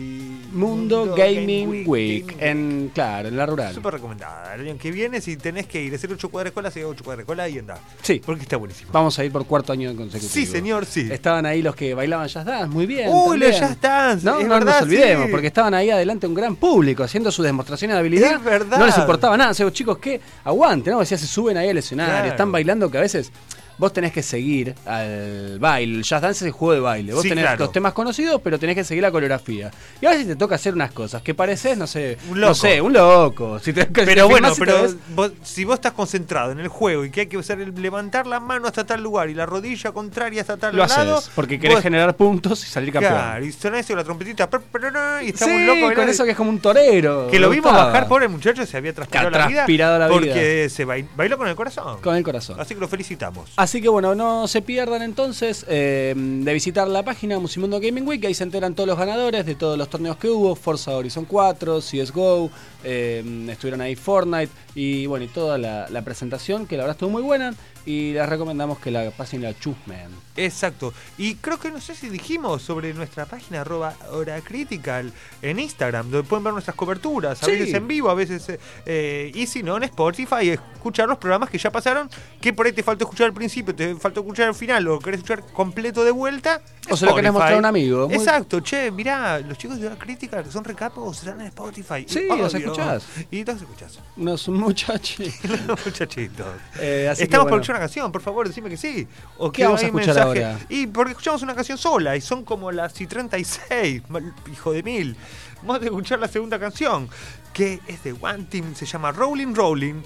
S3: Mundo, Gaming, Week, en, claro, en la rural.
S4: Súper recomendada. El año que viene, si tenés que ir a hacer 8 cuadras de cola, se 8 cuadras de cola y andá.
S3: Sí.
S4: Porque está buenísimo.
S3: Vamos a ir por cuarto año consecutivo.
S4: Sí, señor, sí.
S3: Estaban ahí los que bailaban Jazz Dance, muy bien.
S4: Uy, los
S3: también.
S4: Jazz Dance,
S3: No,
S4: es
S3: no
S4: verdad,
S3: nos olvidemos,
S4: sí.
S3: porque estaban ahí adelante un gran público haciendo sus demostraciones de habilidad.
S4: Es verdad.
S3: No les importaba nada. O sea, chicos, que aguanten, ¿no? Decía, se suben ahí al escenario,
S4: Claro.
S3: están bailando que a veces. Vos tenés que seguir al baile, el jazz dance es el juego de baile. Vos
S4: Sí,
S3: tenés
S4: claro.
S3: los temas conocidos, pero tenés que seguir la coreografía. Y a veces te toca hacer unas cosas que pareces, no sé,
S4: Un loco.
S3: no sé, un loco. Si te- si te
S4: Pero bueno,
S3: filmás y te
S4: pero
S3: ves-
S4: vos- si vos estás concentrado en el juego y que hay que usar el- levantar la mano hasta tal lugar y la rodilla contraria hasta tal
S3: lo
S4: lado,
S3: haces porque querés
S4: vos-
S3: generar puntos y salir campeón.
S4: Claro, y suena eso la trompetita per, per, per, y está
S3: Sí,
S4: un loco
S3: con
S4: bailando.
S3: eso que es como un torero.
S4: que lo
S3: me
S4: vimos
S3: gustaba.
S4: bajar, pobre muchacho, se había transpirado la vida
S3: transpirado la vida.
S4: porque se bail- bailó con el corazón.
S3: Con el corazón.
S4: Así que lo felicitamos.
S3: Así que bueno, no se pierdan entonces eh, de visitar la página Musimundo Gaming Week, ahí se enteran todos los ganadores de todos los torneos que hubo, Forza Horizon 4, CSGO, eh, estuvieron ahí Fortnite y bueno, y toda la, la presentación que la verdad estuvo muy buena y les recomendamos que la pasen y la chusmen.
S4: Exacto. Y creo que no sé si dijimos sobre nuestra página arroba Hora Critical en Instagram, donde pueden ver nuestras coberturas, a
S3: Sí.
S4: veces en vivo, a veces eh, eh, y si no en Spotify, escuchar los programas que ya pasaron, que por ahí te faltó escuchar al principio, te faltó escuchar al final, o querés escuchar completo de vuelta.
S3: O se lo querés
S4: Spotify.
S3: mostrar a un amigo, muy-
S4: Exacto, che, mirá, los chicos de Hora Critical son recapos, están en Spotify.
S3: Sí,
S4: Y,
S3: los
S4: obvio.
S3: escuchás.
S4: Y los escuchás.
S3: Unos muchachos.
S4: Los muchachitos.
S3: Eh, así que,
S4: Estamos por
S3: bueno.
S4: escuchar una canción, por favor, decime que sí. O
S3: ¿Qué
S4: queda
S3: vamos a
S4: ahí un
S3: escuchar
S4: mensaje.
S3: ahora?
S4: Y porque escuchamos una canción sola y son como las y 36, mal- hijo de mil. Vamos a escuchar la segunda canción, que es de One Team, se llama Rolling Rolling.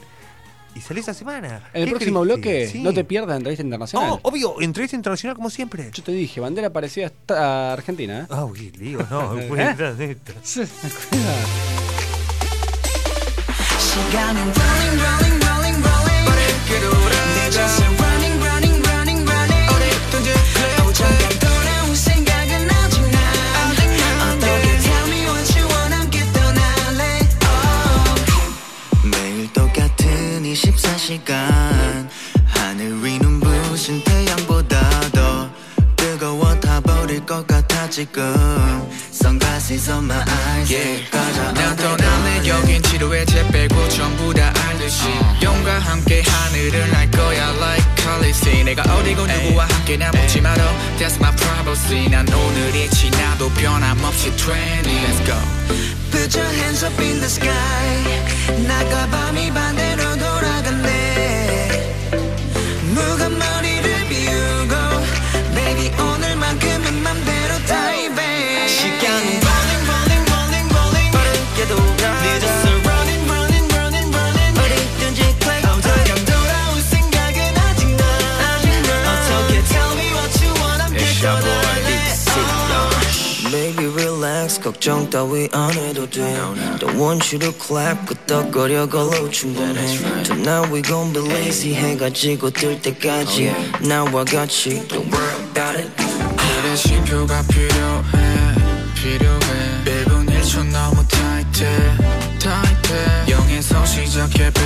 S4: Y salió esta semana.
S3: En el
S4: ¿Qué
S3: próximo
S4: creíste?
S3: bloque,
S4: Sí.
S3: no te pierdas la entrevista internacional.
S4: No, obvio, entrevista internacional como siempre.
S3: Yo te dije, bandera parecida a Argentina. ¿eh?
S4: Ah, uy, lío, no.
S3: ¿Eh?
S4: bueno, neta.
S5: She got me rolling, rolling, rolling, rolling. 내 자세 running, running, running, running. 아무 잠깐 떠나올 생각은 아직 나. 어떻게 tell me what you want, 함께 떠날래? Oh.
S12: 매일 똑같은 24시간 하늘 위 눈부신 태양보다 더 뜨거워 타버릴 것 같아 지금 Sunglasses on my eyes yeah. 꺼져
S13: 예. 난 떠날래 여긴 지루해 재빼고 전부 다 알듯이
S12: 어.
S13: 용과 함께 하늘을 날 거야 like callice 내가 어디고 누구와 함께 나 묻지 말어 That's my privacy 난 오늘이 지나도 변함없이 trending Let's go
S5: Put your hands up in the sky. 낮과 밤이 반대로 돌아갔네. 무거운 머리를 비우고, baby 오늘만큼은 맘대로 dive in. 시간은 rolling, rolling, rolling, rolling. 빠르게도 늦었어. Running, running, running, running. 어디든지 click. 아무 잠깐 돌아올 생각은 아직 나. 어떻게 tell me what you want, I'm
S12: It's your boy,
S5: Oh.
S12: Baby relax 걱정 따위 안 해도 돼 Don't want you to clap 끄떡거려 걸로 충분해 Tonight we gon' be lazy 해가 지고 뜰 때까지 나와 같이 Don't worry about it
S13: 이런 쉼표가 필요해 필요해 1분 1초 너무 타이트해 타이트해 0에서 시작해 100%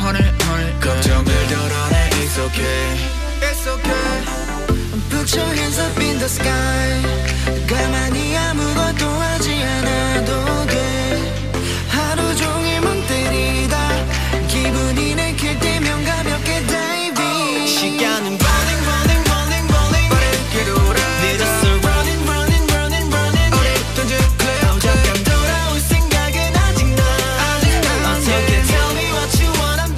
S13: honey honey 걱정을 덜어내 it's okay
S5: It's okay. Put your hands up in the sky. 가만히 아무것도 하지 않아도 돼. 하루 종일 멍 때리다. 기분이 내킬 때면 가볍게 diving. 시간은 rolling, rolling, rolling, rolling. 빠르게 돌아. 늦었어. Running, running, running, running. 어디든지 click. 잠깐 돌아올 생각은 아직 나. 어떻게 tell me what you want. 아,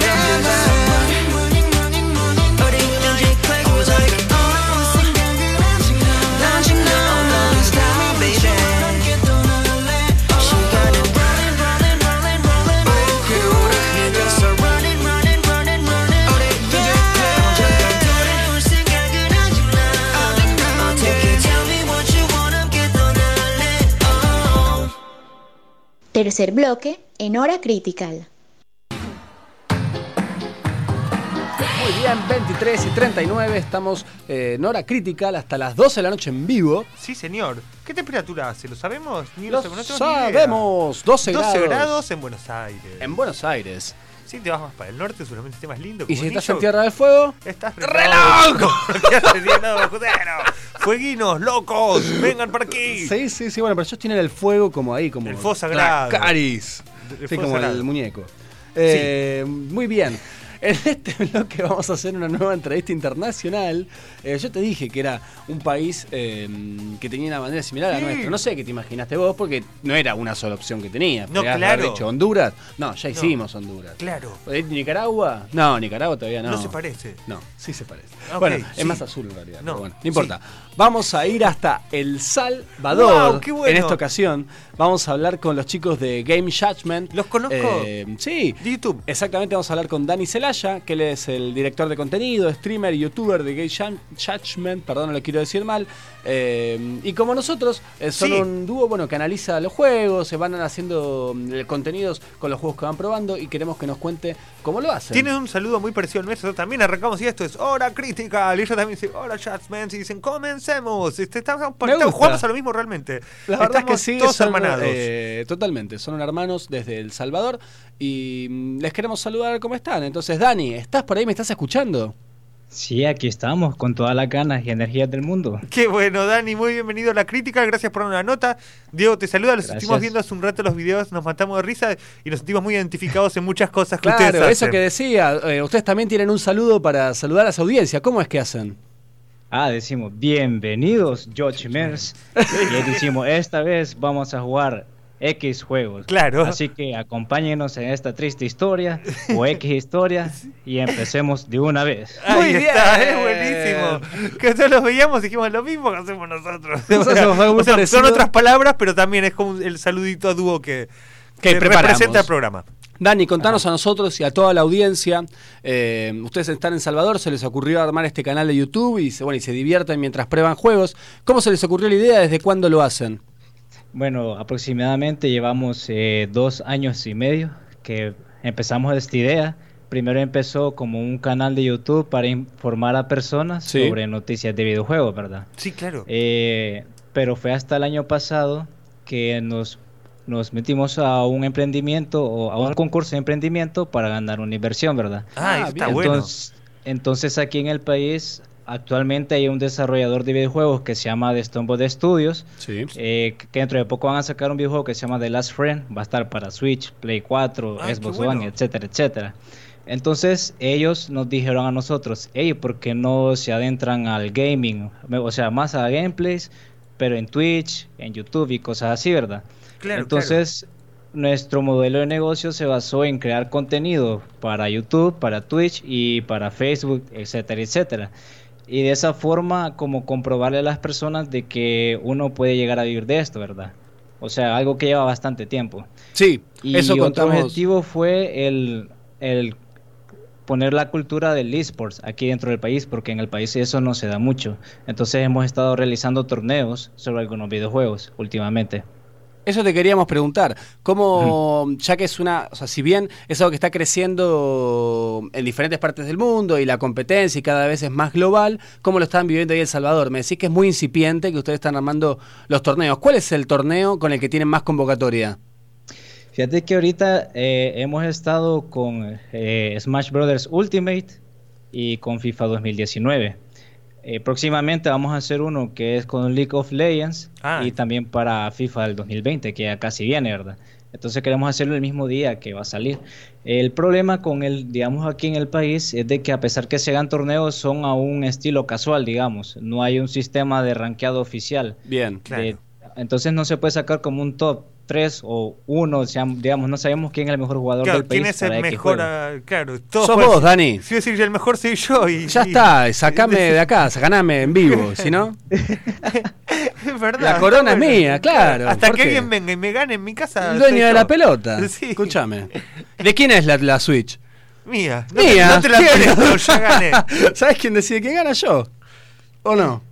S5: 어,
S8: Tercer bloque en hora critical.
S3: Muy bien, 23 y 39, estamos eh, en hora critical hasta las 12 de la noche en vivo.
S4: Sí, señor. ¿Qué temperatura hace? ¿Lo sabemos? Ni
S3: Lo
S4: lo sabemos. no tengo ni idea.
S3: sabemos, 12,
S4: 12
S3: grados.
S4: grados en Buenos Aires.
S3: En Buenos Aires.
S4: Si te vas más para el norte, seguramente esté más lindo.
S3: Y
S4: como
S3: si estás
S4: Nillo.
S3: en Tierra del Fuego,
S4: estás ¡Reloj! ¡Fueguinos, locos! ¡Vengan para aquí!
S3: Sí, sí, sí, bueno, pero ellos tienen el fuego como ahí, como.
S4: El fuego sagrado.
S3: Caris.
S4: El
S3: Sí,
S4: fuego
S3: como el
S4: sagrado.
S3: muñeco. Eh, Muy bien. En este bloque vamos a hacer una nueva entrevista internacional. Eh, yo te dije que era un país eh, que tenía una bandera similar a la
S4: Sí.
S3: nuestra. No sé qué te imaginaste vos, porque no era una sola opción que tenía.
S4: No,
S3: Podías haber
S4: claro.
S3: dicho Honduras. No, ya hicimos Honduras.
S4: Claro.
S3: Eh, ¿Nicaragua? No, Nicaragua todavía no.
S4: No se parece. Ah,
S3: No, sí se parece.
S4: Ok,
S3: bueno,
S4: sí.
S3: es más azul en realidad.
S4: No,
S3: No, bueno, no importa. Vamos a ir hasta El Salvador.
S4: Guau, qué bueno.
S3: En esta ocasión vamos a hablar con los chicos de Game Judgment. ¿Los
S4: conozco?
S3: sí.
S4: YouTube.
S3: Exactamente, vamos a hablar con Dani Celaya, que él es el director de contenido, streamer y youtuber de Game Jam- Judgment. Perdón, no lo quiero decir mal. Eh, y como nosotros, eh, son
S4: Sí.
S3: un dúo bueno, que analiza los juegos, se van haciendo mm, contenidos con los juegos que van probando y queremos que nos cuente cómo lo hacen.
S4: Tienen un saludo muy parecido al nuestro. También arrancamos y esto es Hora Crítica. Y ellos también dicen Hora Chatsman. Y dicen Comencemos. Este, estamos,
S3: Me gusta.
S4: jugamos a lo mismo realmente.
S3: La verdad
S4: Estamos
S3: es que sí,
S4: todos
S3: son,
S4: hermanados.
S3: eh, totalmente, son hermanos desde El Salvador y mm, les queremos saludar cómo están. Entonces, Dani, ¿estás por ahí? ¿Me estás escuchando?
S14: Sí, aquí estamos con todas las ganas y energías del mundo.
S4: Qué bueno, Dani, muy bienvenido a la crítica, gracias por una nota. Diego, te saluda, los
S14: Gracias.
S4: estuvimos viendo hace un rato los videos, nos matamos de risa y nos sentimos muy identificados en muchas cosas que ustedes
S3: Claro,
S4: hacen.
S3: eso que decía, eh, ustedes también tienen un saludo para saludar a su audiencia. ¿Cómo es que hacen?
S14: Ah, decimos, bienvenidos, George Mers. Y ahí decimos, esta vez vamos a jugar X juegos.
S4: Claro.
S14: Así que acompáñenos en esta triste historia o X historia y empecemos de una vez.
S4: Ahí está, es buenísimo. Que nosotros los veíamos y dijimos lo mismo que hacemos nosotros.
S3: Nosotros hacemos algo muy
S4: O sea,
S3: parecido.
S4: son otras palabras, pero también es como un- el saludito a dúo que,
S3: Que preparamos.
S4: representa el programa.
S3: Dani, contanos a nosotros y a toda la audiencia. eh, ustedes están en Salvador, se les ocurrió armar este canal de YouTube y se, bueno, y se divierten mientras prueban juegos. ¿Cómo se les ocurrió la idea? ¿Desde cuándo lo hacen?
S14: Bueno, aproximadamente llevamos eh, dos años y medio que empezamos esta idea. Primero empezó como un canal de YouTube para informar a personas
S3: Sí.
S14: sobre noticias de videojuegos, ¿verdad?
S4: Sí, claro.
S14: Eh, pero fue hasta el año pasado que nos, nos metimos a un emprendimiento o a un concurso de emprendimiento para ganar una inversión, ¿verdad?
S4: Ah, eso está bueno.
S14: entonces, entonces aquí en el país actualmente hay un desarrollador de videojuegos que se llama Destombo de Studios, eh, que dentro de poco van a sacar un videojuego que se llama The Last Friend, va a estar para Switch, Play 4,
S4: Ah, qué
S14: Xbox
S4: bueno.
S14: One, etcétera, etcétera. Entonces ellos nos dijeron a nosotros, hey, ¿por qué no se adentran al gaming? O sea, más a gameplays, pero en Twitch, en YouTube y cosas así, ¿verdad?
S4: Claro,
S14: Entonces, nuestro modelo de negocio se basó en crear contenido para YouTube, para Twitch y para Facebook, etcétera, etcétera. Y de esa forma, como comprobarle a las personas de que uno puede llegar a vivir de esto, ¿verdad? O sea, algo que lleva bastante tiempo.
S3: Sí,
S14: y
S3: eso
S14: otro
S3: contamos.
S14: objetivo fue el, el poner la cultura del esports aquí dentro del país, porque en el país eso no se da mucho. Entonces hemos estado realizando torneos sobre algunos videojuegos últimamente.
S3: Eso te queríamos preguntar. ¿Cómo, ya que es una, o sea, si bien es algo que está creciendo en diferentes partes del mundo y la competencia y cada vez es más global, ¿cómo lo están viviendo ahí en El Salvador? Me decís que es muy incipiente que ustedes están armando los torneos. ¿Cuál es el torneo con el que tienen más convocatoria?
S14: Fíjate que ahorita eh, hemos estado con eh, Smash Brothers Ultimate y con FIFA 2019. Eh, próximamente vamos a hacer uno que es con League of Legends
S4: Ah,
S14: y también para FIFA del 2020, que ya casi viene, ¿verdad? Entonces queremos hacerlo el mismo día que va a salir. El problema con el, digamos, aquí en el país es de que a pesar que se hagan torneos, son a un estilo casual, digamos. No hay un sistema de rankeado oficial.
S3: Bien,
S14: De- entonces no se puede sacar como un top 3 o 1, digamos, no sabemos quién es el mejor jugador
S4: Claro,
S14: del país.
S4: ¿quién es el
S14: para X
S4: mejor?
S14: juego.
S4: ah, Claro, todos
S3: Sos
S4: pueden-
S3: vos, Dani.
S4: Sí, sí, el mejor soy yo. Y,
S3: Ya
S4: y-
S3: está, sacame de acá, sacame en vivo, si no.
S4: Es verdad.
S3: La corona
S4: está
S3: es mía, claro,
S4: Hasta
S3: ¿por
S4: que
S3: qué?
S4: alguien venga y me gane en mi casa.
S3: El dueño
S4: soy
S3: de
S4: yo.
S3: la pelota.
S4: Sí.
S3: Escúchame. ¿De quién es la, la Switch?
S4: Mía. No te-
S3: Mía.
S4: no te la
S3: ¿Quién?
S4: presto, ya gané.
S3: ¿Sabes quién decide que gana yo? ¿O no?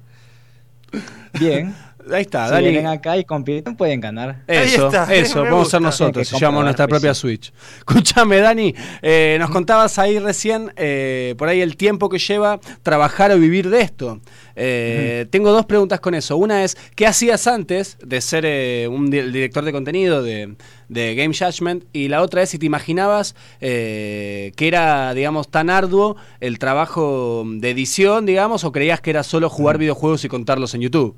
S14: Bien.
S3: Ahí está,
S14: si
S3: Dani.
S14: vienen acá y compiten, pueden ganar.
S3: Eso, eso,
S14: Me
S3: vamos a
S14: gusta.
S3: ser nosotros,
S14: Tienen que
S3: se llama nuestra
S14: comprobar,
S3: propia Switch. Escúchame, Dani, eh, nos contabas ahí recién, eh, por ahí el tiempo que lleva trabajar o vivir de esto. Eh, Tengo dos preguntas con eso. Una es, ¿qué hacías antes de ser eh, un di- director de contenido de, de Game Judgment? Y la otra es, si te imaginabas eh, que era, digamos, tan arduo el trabajo de edición, digamos, o creías que era solo jugar videojuegos y contarlos en YouTube.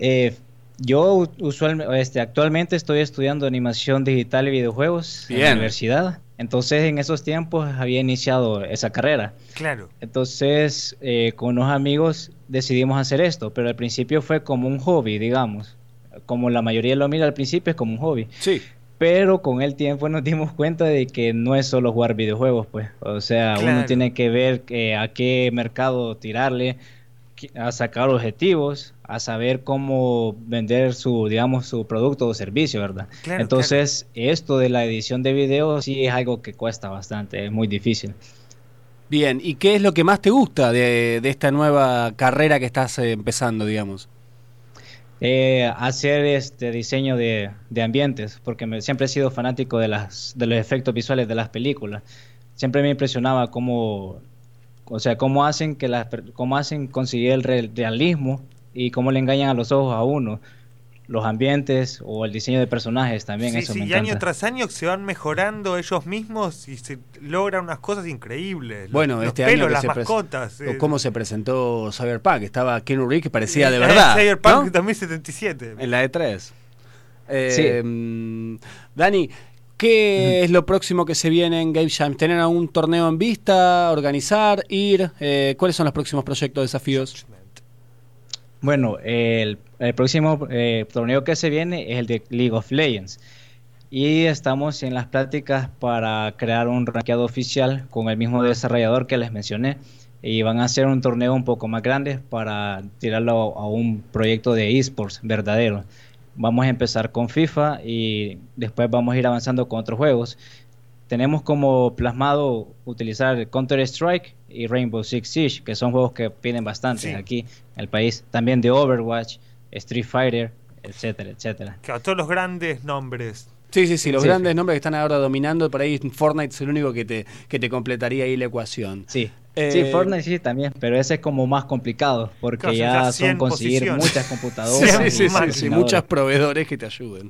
S14: Eh, yo usualmente, este, actualmente estoy estudiando animación digital y videojuegos en la
S3: Bien.
S14: universidad. Entonces, en esos tiempos había iniciado esa carrera.
S4: Claro.
S14: Entonces, eh, con unos amigos decidimos hacer esto, pero al principio fue como un hobby, digamos. Como la mayoría lo mira al principio, es como un hobby.
S3: Sí.
S14: Pero con el tiempo nos dimos cuenta de que no es solo jugar videojuegos, pues. O sea,
S15: Claro.
S14: uno tiene que ver eh, a qué mercado tirarle, qui- a sacar objetivos, a saber cómo vender su, digamos, su producto o servicio, ¿verdad?
S15: Claro,
S14: Entonces, esto de la edición de video sí es algo que cuesta bastante, es muy difícil.
S3: Bien, ¿y qué es lo que más te gusta de, de esta nueva carrera que estás eh, empezando, digamos?
S14: Eh, hacer este diseño de, de ambientes, porque me- siempre he sido fanático de, las, de los efectos visuales de las películas. Siempre me impresionaba cómo, o sea, cómo hacen que las, per- cómo hacen conseguir el re- realismo y cómo le engañan a los ojos a uno, los ambientes o el diseño de personajes también.
S4: Sí,
S14: eso
S4: sí,
S14: me
S4: y año
S14: encanta.
S4: tras año se van mejorando ellos mismos y se logran unas cosas increíbles. Los-
S3: Bueno,
S4: los
S3: este
S4: pelos,
S3: año que
S4: las
S3: se pres-
S4: mascotas.
S3: o
S4: eh,
S3: cómo se presentó Cyberpunk, estaba Keanu Reeves que parecía de
S4: eh,
S3: verdad,
S4: Cyberpunk
S3: ¿no?
S4: 2077.
S3: en la E de 3 Dani, ¿qué es lo próximo que se viene en Game Jam? ¿Tener algún torneo en vista, organizar, ir? Eh, ¿Cuáles son los próximos proyectos, desafíos?
S14: Bueno, eh, el, el próximo eh, torneo que se viene es el de League of Legends. Y estamos en las prácticas para crear un rankeado oficial con el mismo desarrollador que les mencioné. Y van a hacer un torneo un poco más grande para tirarlo a un proyecto de esports verdadero. Vamos a empezar con FIFA y después vamos a ir avanzando con otros juegos. Tenemos como plasmado utilizar Counter-Strike y Rainbow Six Siege, que son juegos que piden bastante
S4: Sí.
S14: aquí en el país. También de Overwatch, Street Fighter, etcétera, etcétera.
S4: Claro, todos los grandes nombres.
S3: Sí, sí, sí, los
S14: Sí.
S3: grandes nombres que están ahora dominando, por ahí Fortnite es el único que te, que te completaría ahí la ecuación.
S14: Sí.
S3: Eh,
S14: sí, Fortnite sí también, pero ese es como más complicado porque
S3: Claro, son
S14: ya
S3: ya
S14: son
S3: 100
S14: conseguir
S3: posiciones.
S14: muchas computadoras.
S3: Sí, sí,
S14: y
S3: sí, sí, sí,
S14: maquinadoras.
S3: muchos proveedores que te ayuden.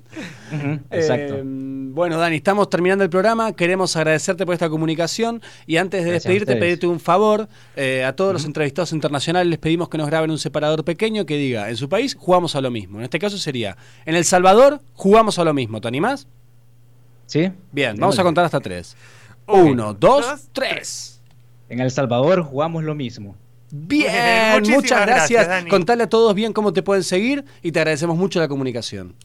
S14: Ujú, exacto.
S3: Eh, bueno, Dani, estamos terminando el programa. Queremos agradecerte por esta comunicación. Y antes de
S14: Gracias a
S3: despedirte,
S14: ustedes.
S3: pedirte un favor. eh, a todos los entrevistados internacionales les pedimos que nos graben un separador pequeño que diga, en su país jugamos a lo mismo. En este caso sería, en El Salvador jugamos a lo mismo. ¿Te animás?
S14: Sí.
S3: Bien, vamos a
S14: Démosle.
S3: contar hasta tres. Uno, dos, tres.
S14: En El Salvador jugamos lo mismo.
S3: Bien,
S14: Muchísimas
S3: muchas
S14: gracias,
S3: gracias.
S14: Dani.
S3: Contale a todos bien cómo te pueden seguir y te agradecemos mucho la comunicación.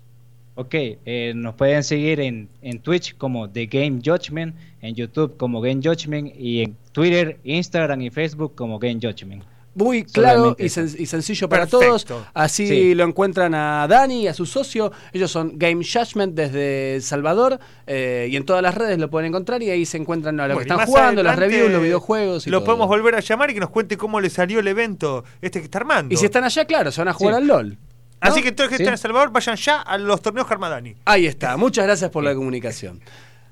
S14: Ok, eh, nos pueden seguir en, en Twitch como The Game Judgment, en YouTube como Game Judgment y en Twitter, Instagram y Facebook como Game Judgment.
S3: Muy claro
S14: Solamente
S3: y,
S14: eso.
S3: sen- y sencillo para
S14: Perfecto.
S3: todos. Así
S14: Sí.
S3: lo encuentran a Dani y a su socio. Ellos son Game Judgment desde El Salvador eh, y en todas las redes lo pueden encontrar y ahí se encuentran a
S4: Bueno,
S3: lo
S4: y
S3: que están
S4: más
S3: jugando, las
S4: adelante
S3: reviews, los videojuegos y
S4: Lo
S3: todo.
S4: podemos volver a llamar y que nos cuente cómo le salió el evento este que está armando.
S3: Y si están allá, claro, se van a jugar al LOL.
S4: Así que todos los que
S3: Sí.
S4: están en El Salvador vayan ya a los torneos Carmadani.
S3: Ahí está. Muchas gracias por la comunicación.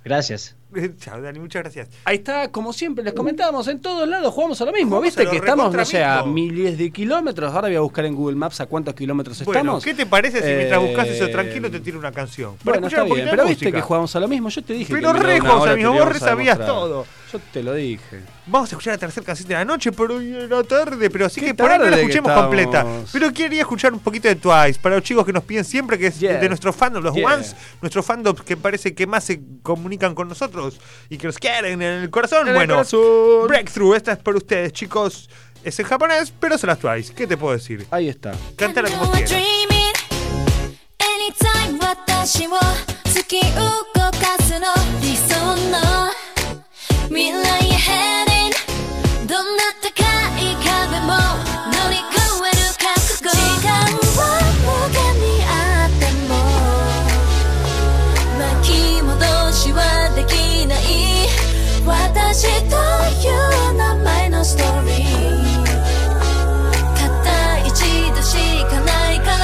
S14: Gracias.
S4: Chao, Dani, muchas gracias.
S3: Ahí está, como siempre, les comentábamos, en todos lados jugamos a lo mismo.
S4: Jugamos a
S3: Viste
S4: lo
S3: que estamos,
S4: recontra
S3: no sé, a
S4: mismo.
S3: miles de kilómetros. Ahora voy a buscar en Google Maps a cuántos kilómetros
S4: Bueno,
S3: estamos.
S4: ¿qué te parece si mientras
S3: Eh,
S4: buscas eso tranquilo te tiro una canción? Para
S3: Bueno,
S4: escuchar
S3: está
S4: un
S3: bien,
S4: poquito de
S3: pero viste
S4: música.
S3: que jugamos a lo mismo. Yo te dije
S4: Pero
S3: que. en
S4: re
S3: una
S4: jugamos a lo
S3: hora te
S4: mismo,
S3: íbamos
S4: vos re
S3: a
S4: sabías
S3: demostrar.
S4: todo.
S3: Yo te lo dije.
S4: Vamos a escuchar la tercera canción de la noche, pero hoy era tarde, pero así
S3: Qué
S4: que por ahí no la
S3: tarde que
S4: escuchemos
S3: estamos.
S4: completa. Pero quería escuchar un poquito de Twice, para los chicos que nos piden siempre, que es
S3: Yeah.
S4: de nuestro fandom, los
S3: Yeah.
S4: Ones, nuestros fandoms que parece que más se comunican con nosotros y que nos quieren en el corazón.
S3: En el
S4: bueno,
S3: corazón.
S4: Breakthrough, esta es para ustedes, chicos. Es en japonés, pero son las Twice. ¿Qué te puedo decir?
S3: Ahí está.
S4: Cántala como quieras.
S5: 「anytime 私を突き動かすの」「理想の未来へ heading」「どんな高い壁も乗り越える覚悟」「時間は無駄にあっても巻き戻しはできない」「私という名前のストーリー」「たった一度しかないから」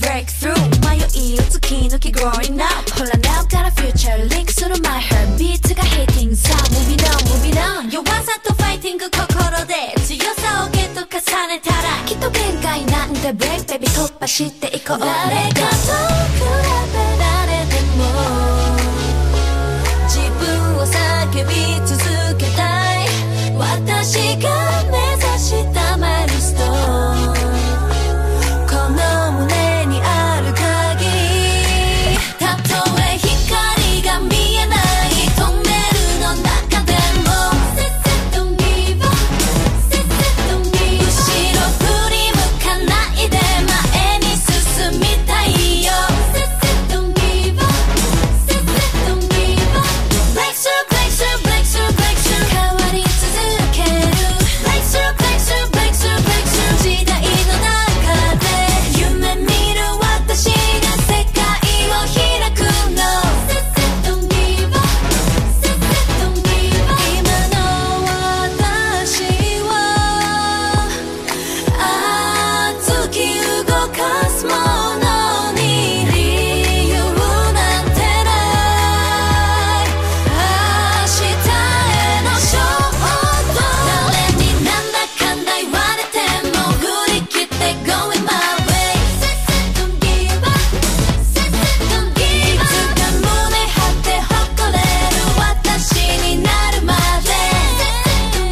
S7: breakthrough 迷いを時々 growing up ほら now got a future link する my heart ビーツが hitting さあ moving on moving on 弱さとファイティング心で強さをゲット重ねたらきっと限界なんて break baby 突破していこう誰かと比べられても自分を叫び続けたい私が目指したマイルストーンこの胸にある鍵たとえ光が見えないトンネルの中でもせっせと見ようせっせと見よう後ろ振り向かないで前に進みたいよせっせと見ようせっせと見よう Breakthrough breakthrough breakthrough breakthrough 変わり続ける Breakthrough breakthrough breakthrough breakthrough 時代の中で夢見る私が世界を開くのせっせと見ようせっせと見よう今の私は熱き動かすものに理由なんてない明日への衝動誰になんだかんだ言われても振り切って going my way せっせと give up せっせと give up いつか胸張って誇れる私になるまで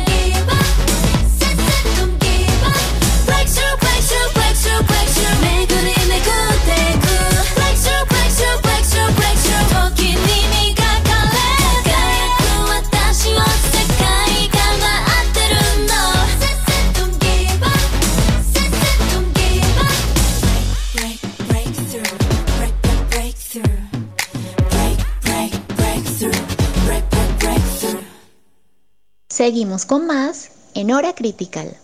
S7: せっせと give up せっせと give up Breakthrough breakthrough breakthrough breakthrough めぐりめぐってく Breakthrough breakthrough breakthrough breakthrough 時に磨かれ輝く私を世界が待ってるのせっせと give up せっせと give up Break break breakthrough Break break breakthrough Break break breakthrough Break break breakthrough
S8: Seguimos con más en Hora Critical.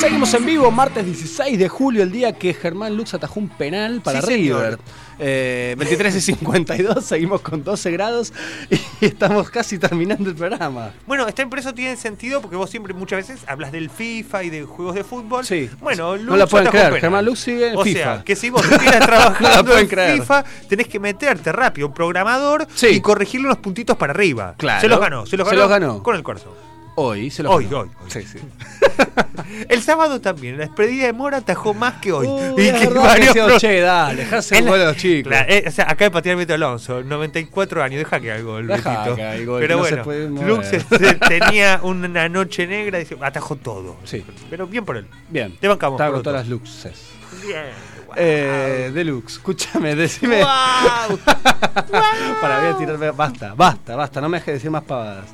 S3: Seguimos en vivo, martes 16 de julio, el día que Germán Lux atajó un penal para
S10: Sí, señor.
S3: River. Eh, 23 y 52, seguimos con 12 grados y estamos casi terminando el programa.
S4: Bueno, está impreso tiene sentido porque vos siempre muchas veces hablas del FIFA y de juegos de fútbol. Sí. Bueno,
S3: No la pueden
S4: atajó
S3: creer,
S4: penal.
S3: Germán Lux sigue en
S4: o
S3: FIFA.
S4: sea, que si vos estuvieras
S3: No la
S4: trabajando
S3: pueden
S4: en
S3: creer.
S4: FIFA, tenés que meterte rápido, un programador y corregirle unos puntitos para arriba.
S3: Claro.
S4: Se los ganó, se los
S3: Se
S4: ganó,
S3: los ganó.
S4: con el corazón.
S3: Hoy se los
S4: Hoy,
S3: ganó.
S4: hoy, El sábado también, la despedida de Mora atajó más que hoy.
S3: es verdad que decía,
S4: pro-
S3: "Che, dale, dejarse
S4: En
S3: el
S4: la-
S3: gol a los chicos".
S4: Claro, eh, o sea, acá patear Beto Alonso, 94 años, deja que haga el gol,
S3: Deja
S4: Betito.
S3: que haga el gol,
S4: Pero
S3: no se
S4: bueno,
S3: puede mover.
S4: Lux este, tenía una noche negra, dice, atajó todo. Pero bien por él.
S3: Bien.
S4: Te bancamos.
S3: Estaba
S4: por
S3: con todas las
S4: otro.
S3: luxes.
S4: Bien.
S3: Eh, Deluxe, escúchame, decime. Para, voy a tirarme. Basta, basta, basta, no me dejes decir más pavadas.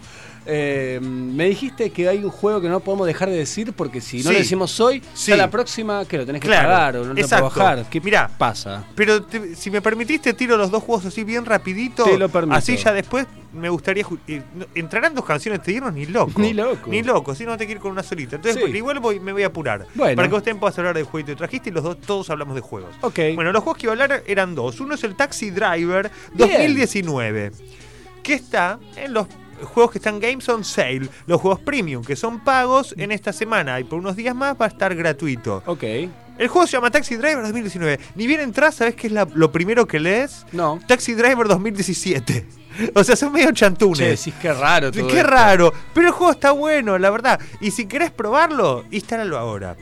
S3: Eh, me dijiste que hay un juego que no podemos dejar de decir porque si no
S4: Sí.
S3: lo decimos hoy,
S4: Sí.
S3: ya la próxima que lo tenés que
S4: Claro,
S3: pagar o no lo puedo
S4: exacto.
S3: bajar. ¿Qué
S4: Mirá,
S3: pasa?
S4: Pero te- si me permitiste, tiro los dos juegos así bien rapidito.
S3: Te lo permito.
S4: Así ya después me gustaría... ju- eh, no- Entrarán dos canciones, te dieron ni loco.
S3: Ni loco.
S4: Ni loco, si no te quiero ir con una solita. Entonces,
S3: Sí.
S4: igual voy, me voy a apurar.
S3: Bueno.
S4: Para que vos también puedas hablar del jueguito que trajiste y los dos todos hablamos de juegos.
S3: Ok.
S4: Bueno, los juegos que iba a hablar eran dos. Uno es el Taxi Driver
S3: Bien.
S4: 2019, que está en los juegos que están Games on Sale, los juegos premium, que son pagos en esta semana y por unos días más va a estar gratuito.
S3: Ok.
S4: El juego se llama Taxi Driver 2019. Ni bien entras, ¿sabes qué es la- lo primero que lees?
S3: No.
S4: Taxi Driver 2017. O sea, son medio chantunes.
S3: Che, decís qué raro todo
S4: Qué
S3: esto.
S4: raro. Pero el juego está bueno, la verdad. Y si querés probarlo, instálalo ahora.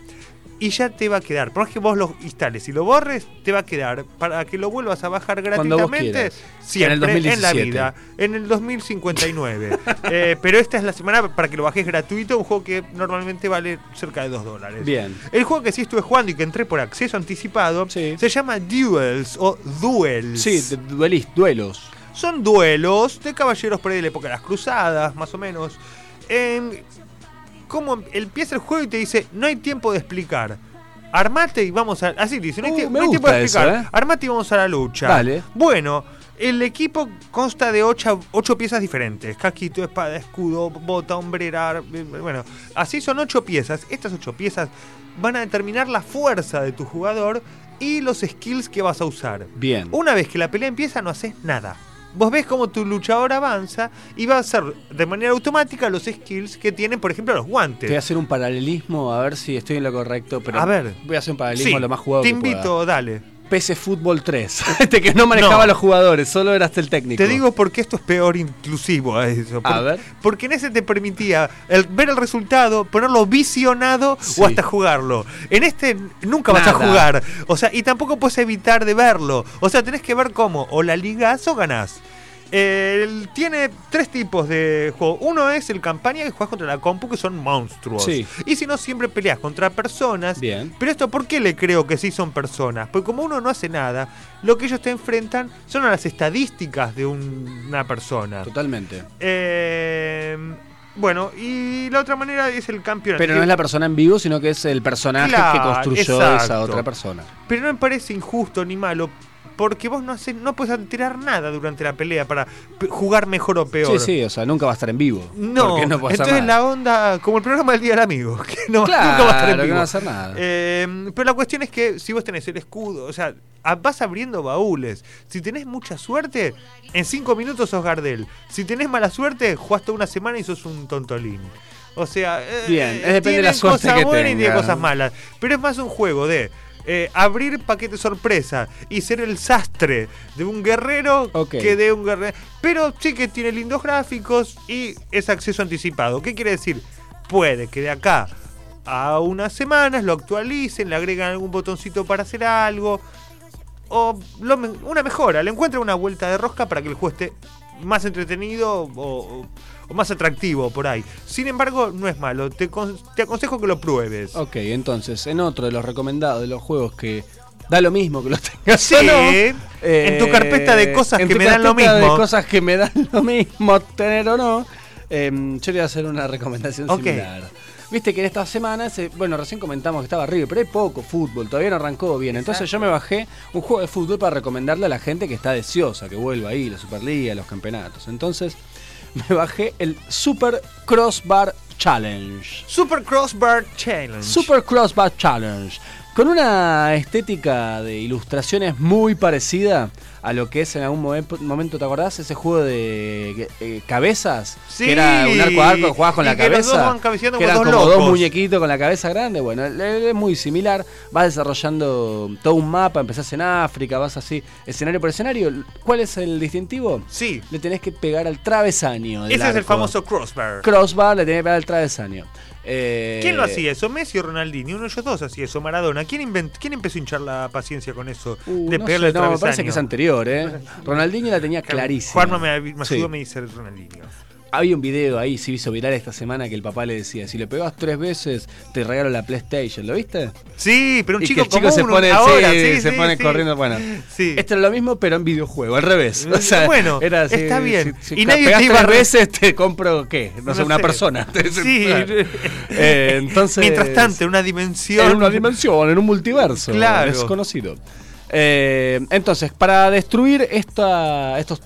S4: Y ya te va a quedar. Por más que vos lo instales y lo borres, te va a quedar. Para que lo vuelvas a bajar
S3: Cuando vos
S4: gratuitamente,
S3: quieras.
S4: siempre
S3: En el
S4: en la
S3: 2017.
S4: vida. En el 2059. Eh, pero esta es la semana para que lo bajes gratuito. Un juego que normalmente vale cerca de 2 dólares.
S3: Bien.
S4: El juego que sí estuve jugando y que entré por acceso anticipado se llama Duels o Duels.
S3: Sí, de- duelis- duelos.
S4: Son duelos de caballeros por ahí de la época de las cruzadas, más o menos. En- como empieza el juego y te dice, no hay tiempo de explicar. Armate y vamos a... Así dice, no hay,
S3: Uh,
S4: tie-
S3: me
S4: no hay tiempo de
S3: gusta eso,
S4: explicar.
S3: ¿eh?
S4: Armate y vamos a la lucha.
S3: Dale.
S4: Bueno, el equipo consta de ocho, ocho piezas diferentes. Casquito, espada, escudo, bota, hombrera... ar- eh, Bueno, así son ocho piezas. Estas ocho piezas van a determinar la fuerza de tu jugador y los skills que vas a usar.
S3: Bien.
S4: Una vez que la pelea empieza no haces nada. vos ves cómo tu luchador avanza y va a hacer de manera automática los skills que tienen, por ejemplo, los
S3: Te
S4: guantes.
S3: voy a hacer un paralelismo, a ver si estoy en lo correcto, pero
S4: A ver.
S3: voy a hacer un paralelismo
S4: Sí,
S3: lo más jugado
S4: te
S3: que
S4: invito,
S3: pueda.
S4: dale.
S3: PC Fútbol 3, este que no manejaba los jugadores, solo eras el técnico.
S4: Te digo porque esto es peor inclusivo a eso.
S3: A
S4: Por-
S3: ver.
S4: Porque en ese te permitía el- ver el resultado, ponerlo visionado
S3: Sí.
S4: o hasta jugarlo. En este nunca vas a
S3: Nada.
S4: jugar. O sea, y tampoco puedes evitar de verlo. O sea, tenés que ver cómo o la ligás o ganás. El- tiene tres tipos de juego. Uno es el campaña que juegas contra la compu, que son monstruos.
S3: Sí.
S4: Y si no, siempre peleas contra personas.
S3: Bien.
S4: Pero esto, ¿por qué le creo que sí son personas? Porque como uno no hace nada, lo que ellos te enfrentan son a las estadísticas de un- una persona.
S3: Totalmente.
S4: Eh, bueno, y la otra manera es el campeonato.
S3: Pero no es la persona en vivo, sino que es el personaje que
S4: Claro,
S3: construyó esa
S4: exacto.
S3: otra persona.
S4: Pero no me parece injusto ni malo. Porque vos no haces, no puedes alterar nada durante la pelea para p- jugar mejor o peor.
S3: Sí, sí, o sea, nunca va a estar en vivo.
S4: No,
S3: porque no puede hacer
S4: entonces
S3: nada.
S4: la onda, como el programa del Día del Amigo, que no,
S3: Claro,
S4: nunca va a estar en
S3: que no
S4: vivo.
S3: va a hacer nada.
S4: Eh, pero la cuestión es que si vos tenés el escudo, o sea, a- vas abriendo baúles. Si tenés mucha suerte, en cinco minutos sos Gardel. Si tenés mala suerte, jugás toda una semana y sos un tontolín. O sea, eh,
S3: Bien, es depende de
S4: tiene
S3: la suerte
S4: cosas
S3: que
S4: buenas y tiene
S3: tengas.
S4: cosas malas. Pero es más un juego de eh, abrir paquete sorpresa y ser el sastre de un guerrero
S3: Ok.
S4: que de un guerrero. Pero sí que tiene lindos gráficos y es acceso anticipado. ¿Qué quiere decir? Puede que de acá a unas semanas lo actualicen, le agregan algún botoncito para hacer algo. O lo me- una mejora, le encuentran una vuelta de rosca para que el juego esté más entretenido o, o- o más atractivo por ahí. Sin embargo, no es malo. Te, con- te aconsejo que lo pruebes.
S3: Ok, entonces, en otro de los recomendados de los juegos que da lo mismo que los tengas
S4: Sí,
S3: o no, eh,
S4: en tu carpeta de cosas
S3: en
S4: que
S3: tu
S4: me dan lo
S3: carpeta
S4: mismo.
S3: de cosas que me dan lo mismo, tener o no, em, yo le voy a hacer una recomendación
S4: Ok.
S3: similar. Viste que en estas semanas, eh, bueno, recién comentamos que estaba River, pero hay poco fútbol, todavía no arrancó bien. Entonces yo me bajé un juego de fútbol para recomendarle a la gente que está deseosa que vuelva ahí, la Superliga, los campeonatos. Entonces me bajé el Super Crossbar Challenge.
S4: Super Crossbar Challenge.
S3: Super Crossbar Challenge. Con una estética de ilustraciones muy parecida a lo que es en algún momen- momento, ¿te acordás? Ese juego de eh, cabezas.
S4: Sí.
S3: Que era un arco a arco que jugabas con
S4: Y
S3: la
S4: que los dos
S3: cabeza.
S4: van cabeceando
S3: que
S4: como
S3: eran
S4: dos
S3: como dos
S4: locos.
S3: muñequitos con la cabeza grande. Bueno, él- él es muy similar. Vas desarrollando todo un mapa, empezás en África, vas así, escenario por escenario. ¿Cuál es el distintivo?
S4: Sí.
S3: Le tenés que pegar al travesaño. del
S4: Ese es el
S3: arco.
S4: famoso crossbar.
S3: Crossbar, le tenés que pegar al travesaño. Eh,
S4: ¿Quién lo hacía eso? Messi o Ronaldinho. Uno de ellos dos hacía eso. Maradona. ¿Quién, invent- quién empezó a hinchar la paciencia con eso?
S3: Uh,
S4: de
S3: no
S4: pegarle
S3: sé,
S4: al
S3: no, me parece
S4: travesaño?
S3: que es anterior, ¿eh? Ronaldinho la tenía clarísima.
S4: Juanma me, me
S3: Sí.
S4: ayudó me dice Ronaldinho.
S3: Había un video ahí, se hizo viral esta semana, que el papá le decía, si le pegás tres veces, te regalo la PlayStation, ¿lo viste?
S4: Sí, pero un
S3: Y
S4: chico
S3: que el chico
S4: común,
S3: se
S4: un-
S3: pone,
S4: ahora,
S3: sí,
S4: sí,
S3: se
S4: sí,
S3: pone
S4: sí.
S3: corriendo, bueno. Este,
S4: Sí. Mm,
S3: Esto es lo mismo, pero en videojuego, al revés. O sea,
S4: bueno,
S3: era así,
S4: está bien.
S3: Si,
S4: Y nadie
S3: pegás
S4: te iba a
S3: tres
S4: re-
S3: veces, te compro, ¿qué? No, sé,
S4: No
S3: una
S4: sé.
S3: persona.
S4: Sí.
S3: Eh, entonces...
S4: Mientras tanto, en una dimensión.
S3: En una dimensión, en un multiverso.
S4: Claro.
S3: Desconocido. Eh, entonces, para destruir esta, estos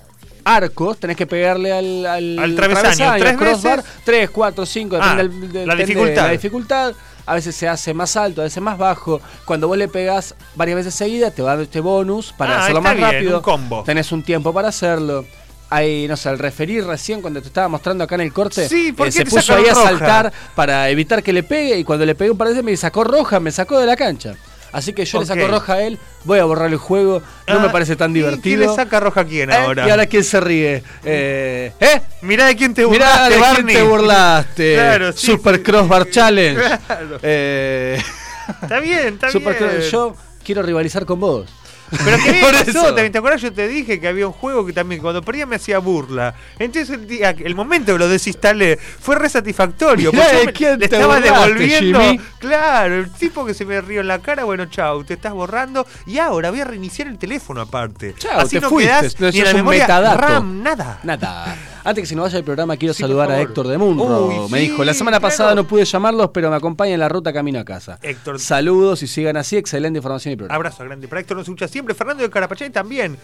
S3: arcos, tenés que pegarle al, al,
S4: Al travesaño, tres
S3: crossbar.
S4: veces.
S3: 3, 4, 5,
S4: Ah,
S3: depende, del-
S4: la
S3: depende
S4: dificultad.
S3: de la dificultad. A veces se hace más alto, a veces más bajo. Cuando vos le pegás varias veces seguidas, te va a dar este bonus para
S4: Ah,
S3: hacerlo
S4: está
S3: más
S4: bien,
S3: rápido.
S4: un combo.
S3: Tenés un tiempo para hacerlo. Ahí, no sé, al referir recién cuando te estaba mostrando acá en el corte, eh,
S4: Sí, ¿por qué
S3: se
S4: te
S3: puso
S4: sacaron
S3: ahí a
S4: roja?
S3: saltar para evitar que le pegue y cuando le pegué un par de veces me sacó roja, me sacó de la cancha. Así que yo
S4: Ok.
S3: le saco roja a él, voy a borrar el juego, no
S4: Ah,
S3: me parece tan
S4: ¿y quién
S3: divertido.
S4: le saca roja a quién
S3: ¿Eh?
S4: ahora?
S3: Y ahora quién se ríe. Eh, ¿eh?
S4: Mirá de quién te
S3: Mirá,
S4: burlaste.
S3: de bar
S4: Kenny.
S3: te burlaste.
S4: Claro, sí,
S3: Super
S4: sí,
S3: Cross Bar
S4: sí.
S3: Challenge.
S4: Claro.
S3: Eh,
S4: Está bien, está
S3: Super
S4: bien.
S3: Cross- Yo quiero rivalizar con vos.
S4: Pero qué bien
S3: Por
S4: pasó,
S3: eso.
S4: también, ¿te acuerdas? Yo te dije que había un juego que también cuando perdía me hacía burla. Entonces el, día- el momento que lo desinstalé fue re satisfactorio.
S3: Mirá
S4: porque yo
S3: de
S4: me-
S3: quién
S4: le
S3: te
S4: estaba
S3: burlaste,
S4: devolviendo.
S3: Jimmy.
S4: Claro, el tipo que se me rió en la cara, bueno, chau, te estás borrando. Y ahora voy a reiniciar el teléfono aparte.
S3: Chau,
S4: Así
S3: te
S4: no
S3: fuiste,
S4: quedás
S3: no
S4: ni en la
S3: sos un
S4: memoria
S3: metadato.
S4: RAM, nada.
S3: Nada. Antes que se nos vaya el programa, quiero
S4: Sí, por
S3: saludar a
S4: favor.
S3: Héctor de Munro.
S4: Uy,
S3: me
S4: sí,
S3: dijo, la semana
S4: claro.
S3: pasada no pude llamarlos, pero me acompaña en la ruta camino a casa.
S4: Héctor.
S3: Saludos y sigan así, excelente información y programa.
S4: Abrazo grande para Héctor, nos escucha siempre. Fernando de Carapachay también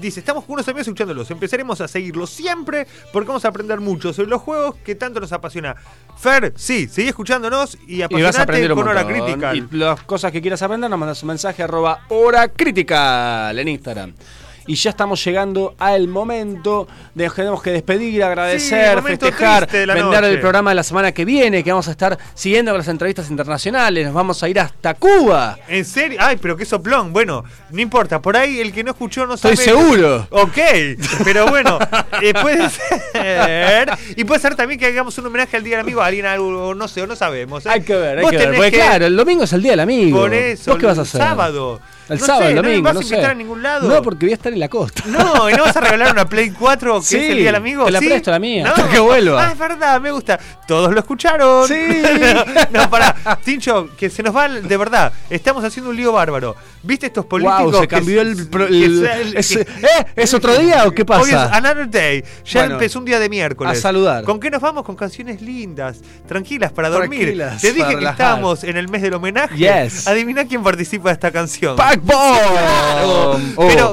S4: dice: Estamos con unos amigos escuchándolos. Empezaremos a seguirlos siempre porque vamos a aprender mucho sobre los juegos que tanto nos apasiona. Fer, sí, seguí escuchándonos y
S3: Y vas
S4: apasionate
S3: a aprender un
S4: con Hora
S3: montón.
S4: Crítica.
S3: Y las cosas que quieras aprender, nos mandas un mensaje arroba hora crítica en Instagram. y ya estamos llegando al momento de tenemos que despedir,
S4: Sí,
S3: agradecer,
S4: momento
S3: festejar,
S4: triste de la
S3: vender
S4: noche.
S3: el programa de la semana que viene, que vamos a estar siguiendo con las entrevistas internacionales, nos vamos a ir hasta Cuba.
S4: ¿En serio? Ay, pero qué soplón. Bueno, no importa. Por ahí el que no escuchó no sabe.
S3: Estoy seguro.
S4: Ok, pero bueno, eh, puede ser. Y puede ser también que hagamos un homenaje al Día del Amigo a alguien, algo, no sé, o no sabemos. Hay que
S3: Hay que ver, porque claro, el domingo es el día del amigo.
S4: Por eso,
S3: ¿Vos qué vas a
S4: el
S3: hacer?
S4: sábado.
S3: El
S4: No
S3: sábado,
S4: sé,
S3: el
S4: no me
S3: domingo.
S4: vas a
S3: sé.
S4: invitar a ningún lado.
S3: No, porque voy a estar en la costa.
S4: No, ¿y no vas a regalar una Play 4 que
S3: Sí,
S4: es el Día del Amigo?
S3: te la
S4: ¿Sí?
S3: presto, la mía,
S4: No.
S3: hasta que vuelva.
S4: Ah, es verdad, me gusta. Todos lo escucharon. Sí. no, pará. Tincho, que se nos va, el- de verdad, estamos haciendo un lío bárbaro. ¿Viste estos políticos?
S3: Wow, se
S4: que-
S3: cambió el. pro-
S4: que
S3: el-
S4: sea el-
S3: es,
S4: que-
S3: ¿eh? ¿Es otro día o qué
S4: Hoy es
S3: pasa?
S4: another day. Ya
S3: Bueno,
S4: empezó un día de miércoles.
S3: a saludar.
S4: ¿Con qué nos vamos? Con canciones lindas, tranquilas para dormir.
S3: Tranquilas,
S4: Te dije
S3: para
S4: que
S3: relajar.
S4: estábamos en el mes del homenaje.
S3: Yes.
S4: Adivina quién participa de esta canción.
S3: Claro.
S4: Pero
S3: Oh,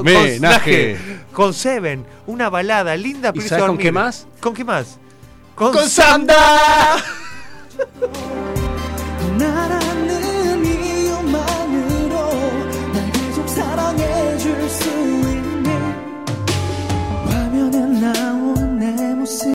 S3: Homenaje.
S4: con Snaje, con Seven, una balada linda. para irse a
S3: sabes con
S4: dormir.
S3: qué más?
S4: ¿Con qué más? Con,
S3: Sanda.
S4: Sanda.